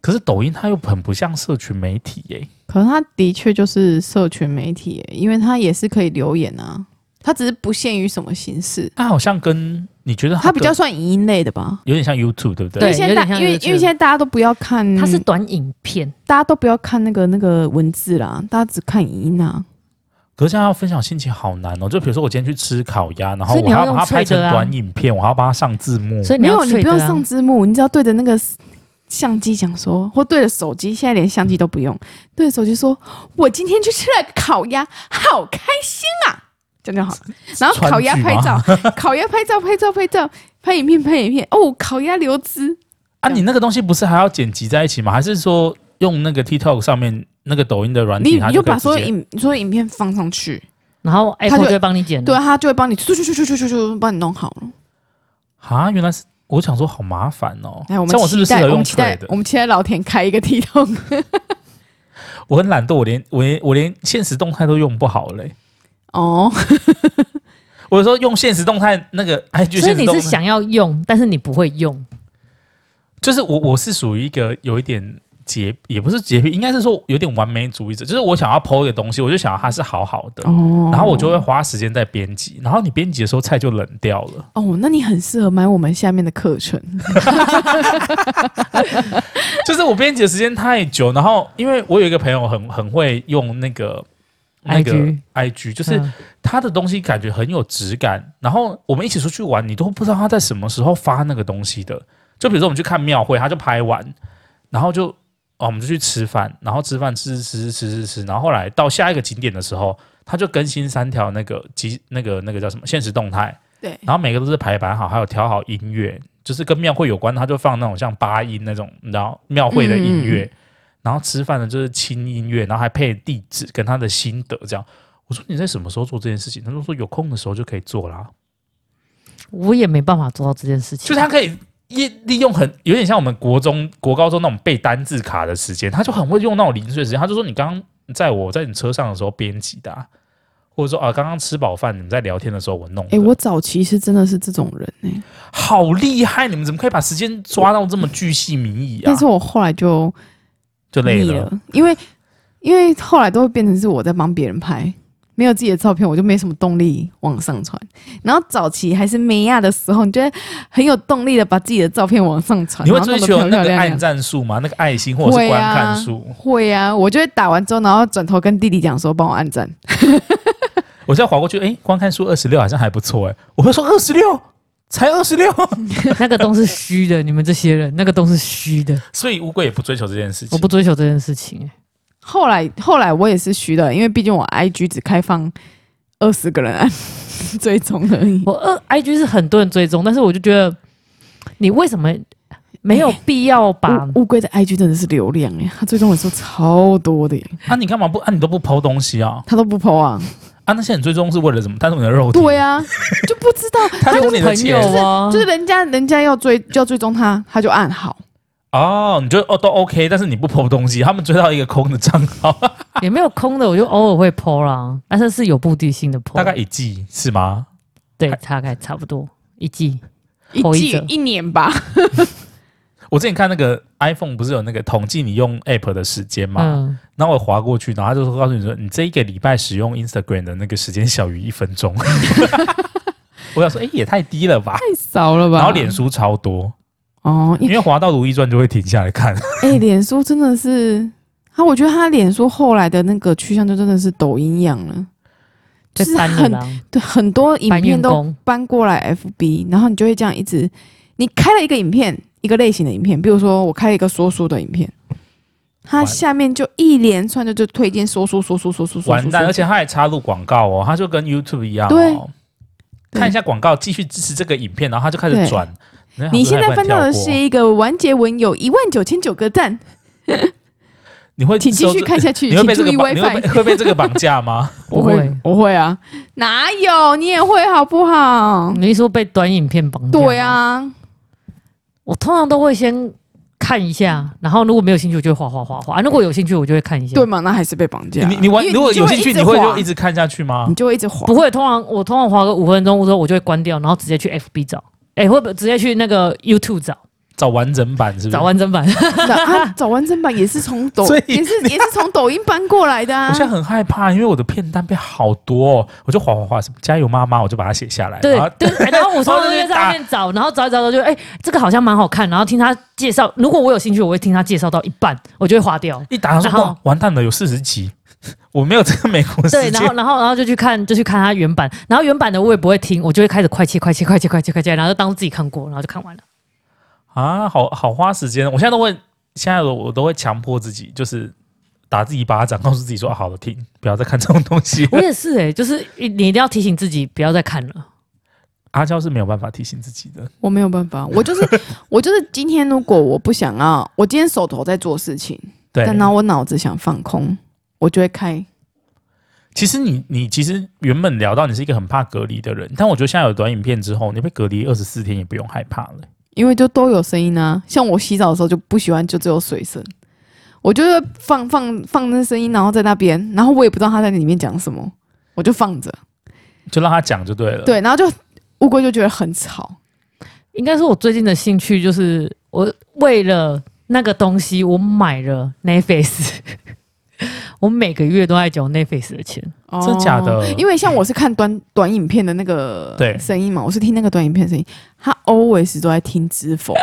[SPEAKER 1] 可是抖音它又很不像社群媒体耶、
[SPEAKER 3] 可是它的确就是社群媒体耶，因为它也是可以留言啊，它只是不限于什么形式，
[SPEAKER 1] 它好像跟你觉得
[SPEAKER 3] 它
[SPEAKER 1] 跟
[SPEAKER 3] 比较算影音类的吧。
[SPEAKER 1] 有点像 YouTube，对不对？
[SPEAKER 3] 因
[SPEAKER 2] 哦
[SPEAKER 3] 为
[SPEAKER 2] 对
[SPEAKER 3] 现在大
[SPEAKER 2] 有点像
[SPEAKER 3] 因为
[SPEAKER 2] YouTube
[SPEAKER 3] 因为现在大家都不要看，
[SPEAKER 2] 它是短影片，
[SPEAKER 3] 大家都不要看那个那个文字啦，大家只看影音啊。
[SPEAKER 1] 可是现在要分享心情好难哦。就比如说我今天去吃烤鸭，然后
[SPEAKER 2] 所以
[SPEAKER 1] 我
[SPEAKER 2] 你
[SPEAKER 1] 还
[SPEAKER 2] 要
[SPEAKER 1] 要把它
[SPEAKER 2] 用脆
[SPEAKER 1] 拍成
[SPEAKER 2] 的啊
[SPEAKER 1] 短影片，我还要帮它上字幕。
[SPEAKER 2] 所以
[SPEAKER 3] 没
[SPEAKER 2] 要
[SPEAKER 3] 有，你不
[SPEAKER 2] trade
[SPEAKER 3] 用
[SPEAKER 2] 啊
[SPEAKER 3] 上字幕，你只要对着那个相机讲说，或对着手机，现在连相机都不用，对着手机说：“我今天去吃了烤鸭，好开心啊！”这样就好了。然后烤鸭拍照，烤鸭拍照，拍照，拍照，拍影片，拍影片。哦，烤鸭流汁，
[SPEAKER 1] 啊，
[SPEAKER 3] 这样
[SPEAKER 1] 你那个东西不是还要剪辑在一起吗？还是说用那个 TikTok 上面那个抖音的软
[SPEAKER 3] 你
[SPEAKER 1] 体，它
[SPEAKER 3] 你
[SPEAKER 1] 就
[SPEAKER 3] 就
[SPEAKER 1] 可以
[SPEAKER 3] 把所
[SPEAKER 1] 直
[SPEAKER 3] 有
[SPEAKER 1] 接
[SPEAKER 3] 影所有影片放上去，
[SPEAKER 2] 然后
[SPEAKER 3] 它
[SPEAKER 2] Apple
[SPEAKER 3] 就
[SPEAKER 2] 就会帮你剪了。
[SPEAKER 3] 对啊，他就会帮你咻咻咻咻咻咻咻帮你弄好了。
[SPEAKER 1] 啊？原来是我想说好麻烦哦。
[SPEAKER 3] 哎来，我们
[SPEAKER 1] 像我是不是适
[SPEAKER 3] 期待，
[SPEAKER 1] 合
[SPEAKER 3] 我
[SPEAKER 1] 用
[SPEAKER 3] 们期待
[SPEAKER 1] Trade，的？
[SPEAKER 3] 我们期待老田开一个地洞。
[SPEAKER 1] 我很懒惰，我连我连我连现实动态都用不好嘞、
[SPEAKER 3] 哦，
[SPEAKER 1] 我有时候用现实动态那个 IG
[SPEAKER 2] 所以
[SPEAKER 1] 现实
[SPEAKER 2] 你
[SPEAKER 1] 动
[SPEAKER 2] 是
[SPEAKER 1] 态，
[SPEAKER 2] 想要用，但是你不会用，
[SPEAKER 1] 就是我我是属于一个有一点。洁也不是洁癖，应该是说有点完美主义者，就是我想要剖一个东西，我就想要它是好好的，
[SPEAKER 3] 哦
[SPEAKER 1] 然后我就会花时间在编辑，然后你编辑的时候菜就冷掉了。
[SPEAKER 3] 哦，那你很适合买我们下面的课程。
[SPEAKER 1] 就是我编辑的时间太久，然后因为我有一个朋友很很会用那个那个
[SPEAKER 2] IG
[SPEAKER 1] IG，就是
[SPEAKER 2] 嗯
[SPEAKER 1] 他的东西感觉很有质感。然后我们一起出去玩，你都不知道他在什么时候发那个东西的。就比如说我们去看庙会，他就拍完，然后就哦，我们就去吃饭，然后吃饭吃吃吃吃吃吃，然后后来到下一个景点的时候，他就更新三条那个即那个那个叫什么现实动态，
[SPEAKER 3] 对
[SPEAKER 1] 然后每个都是排版好，还有调好音乐，就是跟庙会有关，他就放那种像八音那种，你知道庙会的音乐。然后吃饭呢，就是轻音乐，然后还配地址跟他的心得这样。我说你在什么时候做这件事情？他就说有空的时候就可以做啦。
[SPEAKER 2] 我也没办法做到这件事情。
[SPEAKER 1] 就是他可以利利用很有点像我们国中、国高中那种背单字卡的时间，他就很会用那种零碎时间。他就说你刚刚在我在你车上的时候编辑的、啊，或者说啊刚刚吃饱饭你们在聊天的时候我弄的。
[SPEAKER 3] 哎、我早期是真的是这种人哎、
[SPEAKER 1] 好厉害！你们怎么可以把时间抓到这么巨细靡遗啊
[SPEAKER 3] 但？是我后来就
[SPEAKER 1] 就累
[SPEAKER 3] 腻
[SPEAKER 1] 了。
[SPEAKER 3] 了，因为因为后来都会变成是我在帮别人拍，没有自己的照片，我就没什么动力往上传。然后早期还是美亚的时候，你觉得很有动力的把自己的照片往上传，
[SPEAKER 1] 你会
[SPEAKER 3] 然后
[SPEAKER 1] 追
[SPEAKER 3] 弄得
[SPEAKER 1] 求那
[SPEAKER 3] 漂
[SPEAKER 1] 个
[SPEAKER 3] 漂亮
[SPEAKER 1] 按
[SPEAKER 3] 亮
[SPEAKER 1] 赞数吗？那个爱心或者是观
[SPEAKER 3] 啊
[SPEAKER 1] 看数？
[SPEAKER 3] 会啊，我就会打完之后，然后转头跟弟弟讲说帮我按赞。
[SPEAKER 1] 我现在划过去，哎、观看数二十六好像还不错哎、我会说二十六，才二十六，
[SPEAKER 2] 那个都是虚的，你们这些人那个都是虚的，
[SPEAKER 1] 所以乌龟也不追求这件事
[SPEAKER 2] 我
[SPEAKER 1] 情
[SPEAKER 2] 不。追求这件事情、欸
[SPEAKER 3] 后来后来我也是虚的，因为毕竟我 IG 只开放二十个人按 追踪而已。
[SPEAKER 2] 我二 IG 是很多人追踪，但是我就觉得你为什么没有必要把
[SPEAKER 3] 乌乌龟的 IG 真的是流量哎，他追踪人数超多的耶，欸
[SPEAKER 1] 啊，你干嘛不啊？你都不抛东西啊？
[SPEAKER 3] 他都不 PO 啊。
[SPEAKER 1] 啊，那些人追踪是为了什么？他是你的肉体，
[SPEAKER 3] 对啊，就不知道
[SPEAKER 1] 他用你的
[SPEAKER 2] 朋友
[SPEAKER 1] 钱
[SPEAKER 2] 啊？
[SPEAKER 3] 就是人家人家要追就要追踪他，他就按好。
[SPEAKER 1] 哦，你就哦都 OK，但是你不抛东西，他们追到一个空的账号，
[SPEAKER 2] 也没有空的，我就偶尔会 PO 啦，但是是有目的性的 PO，
[SPEAKER 1] 大概一季是吗？
[SPEAKER 2] 对，大概差不多一季。
[SPEAKER 3] 一
[SPEAKER 2] Po 一
[SPEAKER 3] 季
[SPEAKER 2] 则
[SPEAKER 3] 一年吧，
[SPEAKER 1] 我之前看那个 iPhone 不是有那个统计你用 App 的时间嘛，
[SPEAKER 2] 嗯，
[SPEAKER 1] 然后我划过去，然后他就说告诉你说，你这一个礼拜使用 Instagram 的那个时间小于一分钟。 我想说，哎、也太低了吧。
[SPEAKER 3] 太少了吧？
[SPEAKER 1] 然后脸书超多，
[SPEAKER 3] 哦，
[SPEAKER 1] 因为滑到《如懿传》就会停下来 看。
[SPEAKER 3] 哎、脸书真的是，他我觉得他脸书后来的那个趋向就真的是抖音一样了，
[SPEAKER 2] 在
[SPEAKER 3] 就是
[SPEAKER 2] 搬你
[SPEAKER 3] 很
[SPEAKER 2] 啦，
[SPEAKER 3] 对很多影
[SPEAKER 2] 搬
[SPEAKER 3] 片
[SPEAKER 2] 运
[SPEAKER 3] 都
[SPEAKER 2] 工。
[SPEAKER 3] 搬过来 FB，然后你就会这样一直，你开了一个影片，一个类型的影片，比如说我开了一个说书的影片。它
[SPEAKER 1] 完
[SPEAKER 3] 下面就一连串的就推荐说书说书说书说书，
[SPEAKER 1] 完蛋，
[SPEAKER 3] 说
[SPEAKER 1] 而
[SPEAKER 3] 书
[SPEAKER 1] 且他还插入广告哦，他就跟 YouTube 一样
[SPEAKER 3] 对
[SPEAKER 1] 哦，看一下广告，继续支持这个影片，然后他就开始
[SPEAKER 3] 对
[SPEAKER 1] 转。然后
[SPEAKER 3] 你
[SPEAKER 1] 想
[SPEAKER 3] 现
[SPEAKER 1] 说还
[SPEAKER 3] 在
[SPEAKER 1] 不
[SPEAKER 3] 翻
[SPEAKER 1] 能
[SPEAKER 3] 到的
[SPEAKER 1] 跳过
[SPEAKER 3] 是一个完结文，有一万九千九个赞，
[SPEAKER 1] 你会
[SPEAKER 3] 请继
[SPEAKER 1] 受
[SPEAKER 3] 续
[SPEAKER 1] 这
[SPEAKER 3] 看下去，
[SPEAKER 1] 你会被
[SPEAKER 3] 请
[SPEAKER 1] 这
[SPEAKER 3] 注
[SPEAKER 1] 个
[SPEAKER 3] 意
[SPEAKER 1] 绑，你会
[SPEAKER 3] WiFi
[SPEAKER 1] 被。 会被这个绑架吗？
[SPEAKER 2] 不 会，
[SPEAKER 3] 我会啊，哪有？你也会好不好？
[SPEAKER 1] 嗯
[SPEAKER 2] 你一说被短影片绑架？
[SPEAKER 3] 对，啊，
[SPEAKER 2] 我通常都会先看一下，然后如果没有兴趣，我就会划划划划；啊如果有兴趣，我就会看一下。
[SPEAKER 3] 对，嘛？那还是被绑架。
[SPEAKER 1] 你你玩
[SPEAKER 3] 因为
[SPEAKER 1] 如果有兴趣，你会就一
[SPEAKER 3] 直
[SPEAKER 1] 直
[SPEAKER 3] 嗯
[SPEAKER 1] 看下去
[SPEAKER 3] 滑，
[SPEAKER 1] 吗
[SPEAKER 3] 你？就会一直滑
[SPEAKER 2] 不。会，通常我通常划个五分钟之后，我就会关掉，然后直接去 FB 找，哎、会不会直接去那个 YouTube 找
[SPEAKER 1] 找完整版是不是？
[SPEAKER 2] 找完整版？
[SPEAKER 3] 啊，找完整版也是从抖
[SPEAKER 1] 所以，
[SPEAKER 3] 也是也是从抖音搬过来的啊
[SPEAKER 1] 我现在。很害怕，因为我的片单变好多、哦，我就划划划什么加油妈妈，我就把它写下来。
[SPEAKER 2] 对
[SPEAKER 1] 然后
[SPEAKER 2] 对，哎然后我通常
[SPEAKER 1] 然后
[SPEAKER 2] 就
[SPEAKER 1] 就
[SPEAKER 2] 在
[SPEAKER 1] 去
[SPEAKER 2] 上面
[SPEAKER 1] 啊
[SPEAKER 2] 找，然后找一找找就哎、这个好像蛮好看，然后听他介绍，如果我有兴趣，我会听他介绍到一半，我就会划 掉。
[SPEAKER 1] 一打上
[SPEAKER 2] 然
[SPEAKER 1] 说
[SPEAKER 2] 后
[SPEAKER 1] 哇，完蛋了，有四十集， 我没有这个美国时
[SPEAKER 2] 对，
[SPEAKER 1] 间。
[SPEAKER 2] 然后然后然后就去看，就去看他原版，然后原版的我也不会听，我就会开始快切快切快切快切快切，然后就当自己看过，然后就看完了。
[SPEAKER 1] 啊，好好花时间。我现在都会，现在我我都会强迫自己，就是打自己一巴掌，告诉自己说、啊好了，停，不要再看这种东西了。
[SPEAKER 2] 我也是哎、就是你你一定要提醒自己不要再看了。
[SPEAKER 1] 阿娇是没有办法提醒自己的，
[SPEAKER 3] 我没有办法，我就是 我就是今天如果我不想要，我今天手头在做事情，
[SPEAKER 1] 对。
[SPEAKER 3] 但然
[SPEAKER 2] 哦
[SPEAKER 3] 后我脑子想放空，我就会开。
[SPEAKER 1] 其实你你其实原本聊到你是一个很怕隔离的人，但我觉得现在有短影片之后，你被隔离二十四天也不用害怕了。
[SPEAKER 3] 因为就都有声音啊。像我洗澡的时候就不喜欢，就只有水声，我就是放放放那声音，然后在那边，然后我也不知道他在里面讲什么，我就放着，
[SPEAKER 1] 就让他讲就对了。，
[SPEAKER 3] 对，然后就乌龟就觉得很吵，
[SPEAKER 2] 应该说，我最近的兴趣就是我为了那个东西，我买了 Netflix，我每个月都在缴 Netflix 的钱。
[SPEAKER 1] 真假的？
[SPEAKER 3] 哦因为像我是看短短影片的那个
[SPEAKER 1] 对
[SPEAKER 3] 声音嘛，我是听那个短影片声音，他 always 都在听知否，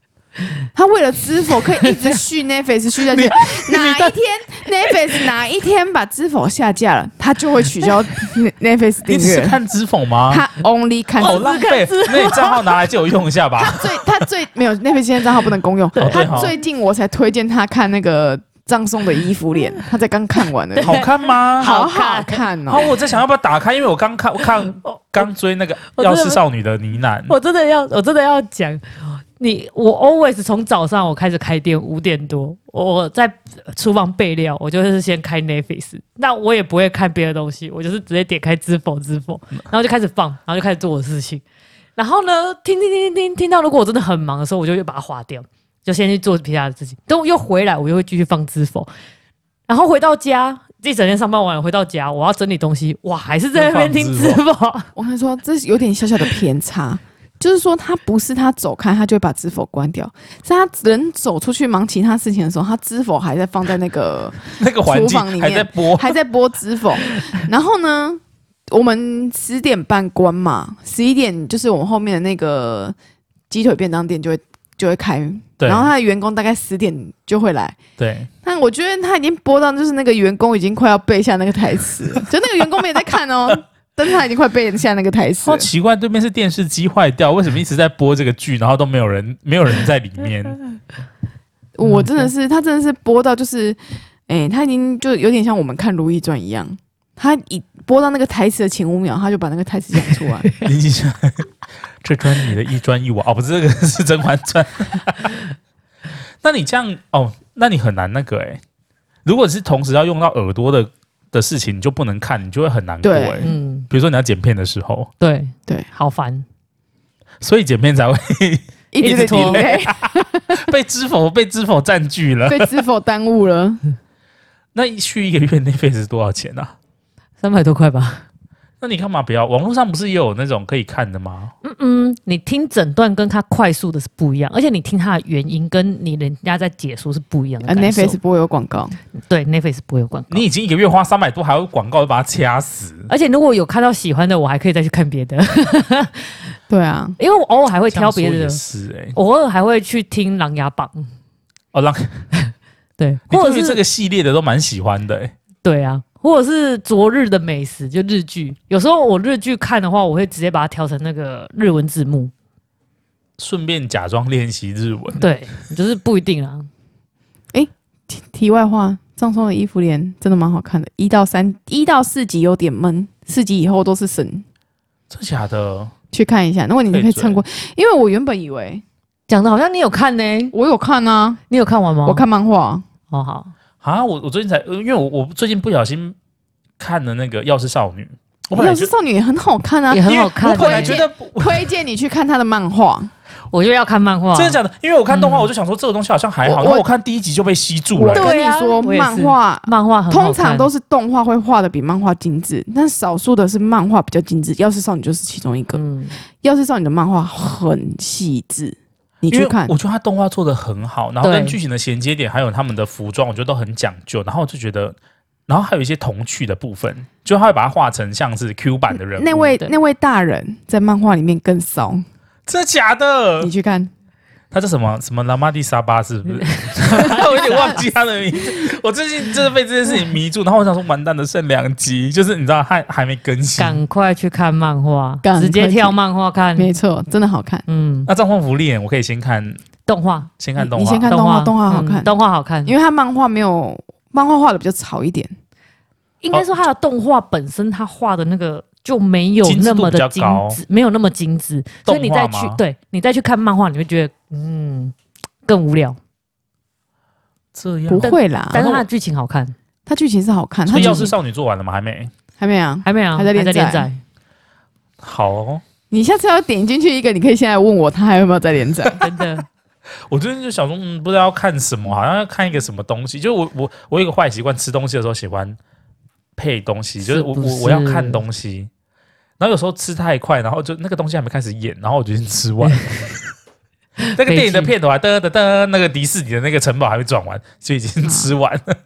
[SPEAKER 3] 他为了知否可以一直续 Netflix 续下去，哪一天 Netflix 哪一天把知否下架了，他就会取消 Netflix
[SPEAKER 1] 你
[SPEAKER 3] 订
[SPEAKER 1] 只是
[SPEAKER 3] 阅。
[SPEAKER 1] 看脂粉 吗？
[SPEAKER 3] 他 only 看
[SPEAKER 1] 好哦浪费，那你账号拿来借我用一下吧。
[SPEAKER 3] 最他最没有 Netflix 现在账号不能公用。
[SPEAKER 1] 哦对
[SPEAKER 3] 他
[SPEAKER 1] 哦
[SPEAKER 3] 最近我才推荐他看那个葬送的伊芙莲，他才刚看完而 已。
[SPEAKER 1] 好看吗？
[SPEAKER 3] 好
[SPEAKER 2] 好看
[SPEAKER 3] 好看
[SPEAKER 1] 然
[SPEAKER 3] 哦
[SPEAKER 1] 后！我在想要不要打开，因为我刚看，我看刚追那个《
[SPEAKER 2] 我
[SPEAKER 1] 药
[SPEAKER 2] 真
[SPEAKER 1] 师
[SPEAKER 2] 的
[SPEAKER 1] 少女的呢喃》，
[SPEAKER 2] 我真的要，我真的要讲你，我 always 从早上我开始开店五点多，我在厨房备料，我就是先开 Netflix，那我也不会看别的东西，我就是直接点开知否知否，然后就开始放，然后就开始做我的事情，然后呢，听听听听听，听到如果我真的很忙的时候，我就又把它划掉，就先去做其他的事情，等我又回来，我又会继续放知否，然后回到家。这一整天上班完了，回到家我要整理东西，哇，还是在那边听知
[SPEAKER 1] 又
[SPEAKER 2] 否，
[SPEAKER 3] 我跟你说，这有点小小的偏差， 就是说他不是他走开，他就会把知否关掉，是他人走出去忙其他事情的时候，他知否还在放在那个
[SPEAKER 1] 那个环
[SPEAKER 3] 厨房里
[SPEAKER 1] 境还
[SPEAKER 3] 面
[SPEAKER 1] 在播，
[SPEAKER 3] 还在播知否，然后呢，我们十点半关嘛，十一点就是我们后面的那个鸡腿便当店就会就会开，
[SPEAKER 1] 对
[SPEAKER 3] 然后他的员工大概十点就会来，
[SPEAKER 1] 对，
[SPEAKER 3] 但我觉得他已经播到，就是那个员工已经快要背下那个台词了，就那个员工没有在看哦，但是他已经快背下那个台词
[SPEAKER 1] 好
[SPEAKER 3] 了。
[SPEAKER 1] 奇怪，对面是电视机坏掉，为什么一直在播这个剧，然后都没有人， 没有人在里 面？
[SPEAKER 3] 我真的是，他真的是播到就是，哎、他已经就有点像我们看《如懿传》一样，他一播到那个台词的前五秒，他就把那个台词讲出来。
[SPEAKER 1] 林青霞，这砖你的一砖一瓦哦，不是这个是《甄嬛传》。 那你这样哦，那你很难那个哎、如果是同时要用到耳朵的的事情，你就不能看，你就会很难过哎、
[SPEAKER 3] 对
[SPEAKER 2] 嗯。
[SPEAKER 1] 比如说你要剪片的时候，
[SPEAKER 2] 对
[SPEAKER 3] 对，
[SPEAKER 2] 好烦。
[SPEAKER 1] 所以剪片才会
[SPEAKER 3] 一
[SPEAKER 1] 一
[SPEAKER 3] 直
[SPEAKER 1] 直
[SPEAKER 3] 拖，
[SPEAKER 1] 拖
[SPEAKER 3] 被
[SPEAKER 1] 被知否被知否占据了。
[SPEAKER 3] 被知否耽误了。
[SPEAKER 1] 那一续一个月内费是多少钱啊？
[SPEAKER 2] 三百多块吧。
[SPEAKER 1] 那你干嘛不要？网络上不是也有那种可以看的吗？
[SPEAKER 2] 嗯嗯，你听诊断跟他快速的是不一样，而且你听他的原因跟你人家在解说是不一样的
[SPEAKER 3] 啊
[SPEAKER 2] 感受。
[SPEAKER 3] ，Netflix 不会有广告，
[SPEAKER 2] 对 Netflix 不会有广告
[SPEAKER 1] 你，已经一个月花三百多，还有广告把它掐死。
[SPEAKER 2] 而且如果有看到喜欢的，我还可以再去看别的，
[SPEAKER 3] 对啊，
[SPEAKER 2] 因为我偶尔还会挑别
[SPEAKER 1] 这样说
[SPEAKER 2] 的
[SPEAKER 1] 也，是哎、
[SPEAKER 2] 偶尔还会去听《琅琊榜》。
[SPEAKER 1] 哦，让
[SPEAKER 2] 对，
[SPEAKER 1] 你
[SPEAKER 2] 或
[SPEAKER 1] 对
[SPEAKER 2] 者
[SPEAKER 1] 于这
[SPEAKER 2] 是
[SPEAKER 1] 个系列的都蛮喜欢的、欸，
[SPEAKER 2] 对啊，或者是昨日的美食，就日剧。有时候我日剧看的话，我会直接把它调成那个日文字幕。
[SPEAKER 1] 顺便假装练习日文。
[SPEAKER 2] 对，就是不一定啊啦。
[SPEAKER 3] 题题外话，葬送的伊芙莲真的蛮好看的，一到三一到四集有点闷，四集以后都是神，
[SPEAKER 1] 真假的？
[SPEAKER 3] 去看一下。如果你
[SPEAKER 1] 可以
[SPEAKER 3] 可以
[SPEAKER 1] 追
[SPEAKER 3] 撑过，因为我原本以为
[SPEAKER 2] 讲的好像你有看呢、
[SPEAKER 3] 我有看啊，
[SPEAKER 2] 你有看完吗？
[SPEAKER 3] 我看漫画，
[SPEAKER 2] 哦，好，
[SPEAKER 1] 啊，我我最近才，呃因为我我最近不小心看了那个《药师少女》，我
[SPEAKER 3] 《
[SPEAKER 1] 本来
[SPEAKER 3] 药
[SPEAKER 1] 就
[SPEAKER 3] 师少女》也很好看啊
[SPEAKER 2] 也，很
[SPEAKER 1] 因为
[SPEAKER 2] 好看、
[SPEAKER 1] 我本来觉
[SPEAKER 2] 欸
[SPEAKER 1] 得我
[SPEAKER 3] 推荐你去看他的漫画。
[SPEAKER 2] 我就要看漫画，
[SPEAKER 1] 真的假的，因为我看
[SPEAKER 3] 嗯
[SPEAKER 1] 动画，我就想说这个东西好像还好，
[SPEAKER 3] 我
[SPEAKER 1] 因为
[SPEAKER 3] 我
[SPEAKER 1] 我看第一集就被吸住了、
[SPEAKER 2] 对
[SPEAKER 1] 欸。
[SPEAKER 3] 跟
[SPEAKER 2] 啊
[SPEAKER 3] 你说，
[SPEAKER 2] 我也是
[SPEAKER 3] 漫画
[SPEAKER 2] 漫画很好
[SPEAKER 3] 通常
[SPEAKER 2] 看
[SPEAKER 3] 都是动画会画的比漫画精致，但少数的是漫画比较精致，《药师少女》就是其中一个。
[SPEAKER 2] 嗯，
[SPEAKER 3] 要是照你的漫画很细致，你
[SPEAKER 1] 因
[SPEAKER 3] 去
[SPEAKER 1] 为
[SPEAKER 3] 看
[SPEAKER 1] 我，觉得他动画做的很好，然后
[SPEAKER 2] 对
[SPEAKER 1] 跟剧情的衔接点，还有他们的服装，我觉得都很讲究。然后我就觉得，然后还有一些童趣的部分，就他会把它画成像是 Q 版的人物。
[SPEAKER 3] 那位
[SPEAKER 2] 对
[SPEAKER 3] 那位大人在漫画里面更骚，
[SPEAKER 1] 真的假的
[SPEAKER 3] 你？去看。
[SPEAKER 1] 他叫什么什么拉玛蒂沙巴是 不是？我有点忘记他的名字。我最近真的被这件事情迷住，然后我想说完蛋了，剩两集，就是你知道还还没更新。
[SPEAKER 2] 赶快去看漫画
[SPEAKER 3] 赶，快
[SPEAKER 2] 直接跳漫画看，
[SPEAKER 3] 没错，真的好看。
[SPEAKER 2] 嗯，
[SPEAKER 1] 那《藏风福利》我可以先看，
[SPEAKER 2] 动画，
[SPEAKER 1] 先看动
[SPEAKER 3] 你
[SPEAKER 1] 画。
[SPEAKER 3] 先看动
[SPEAKER 2] 画，
[SPEAKER 3] 画动画好
[SPEAKER 2] 嗯
[SPEAKER 3] 看
[SPEAKER 2] 动画好看，因
[SPEAKER 3] 因
[SPEAKER 2] 为
[SPEAKER 3] 为他漫画没有漫画画的比较潮一点，
[SPEAKER 2] 应该说他的动画本身，他画的那个。就没有那么的
[SPEAKER 1] 精致
[SPEAKER 2] 精
[SPEAKER 1] 度比较高
[SPEAKER 2] 致，没有那么精致，所以你再去
[SPEAKER 1] 动画吗
[SPEAKER 2] 对你再去看漫画，你会觉得嗯更无聊。
[SPEAKER 1] 这
[SPEAKER 3] 不
[SPEAKER 1] 样。
[SPEAKER 3] 会啦。
[SPEAKER 2] 但是它的剧情好看，
[SPEAKER 3] 它剧啊情是好看，它
[SPEAKER 1] 所以《
[SPEAKER 3] 剧
[SPEAKER 1] 药
[SPEAKER 3] 情
[SPEAKER 1] 师少女》做完了吗？还没。
[SPEAKER 3] 还没啊。
[SPEAKER 2] 还没有啊
[SPEAKER 3] 还在连载
[SPEAKER 2] 连载，
[SPEAKER 1] 好哦、
[SPEAKER 3] 你下次要点进去一个，你可以现在问我，它还有没有在连载？
[SPEAKER 2] 真的
[SPEAKER 1] 我最近就想说，嗯，不知道要看什么，好像要看一个什么东西。就我我我有一个坏习惯，吃东西的时候喜欢配东西，就是我
[SPEAKER 2] 是不是
[SPEAKER 1] 我我要看东西，然后有时候吃太快，然后就那个东西还没开始演，然后我就已经吃 完了。
[SPEAKER 3] 啊
[SPEAKER 1] 那个电影的片头还噔噔噔，那个迪士尼的那个城堡还没转完，就已经吃完了。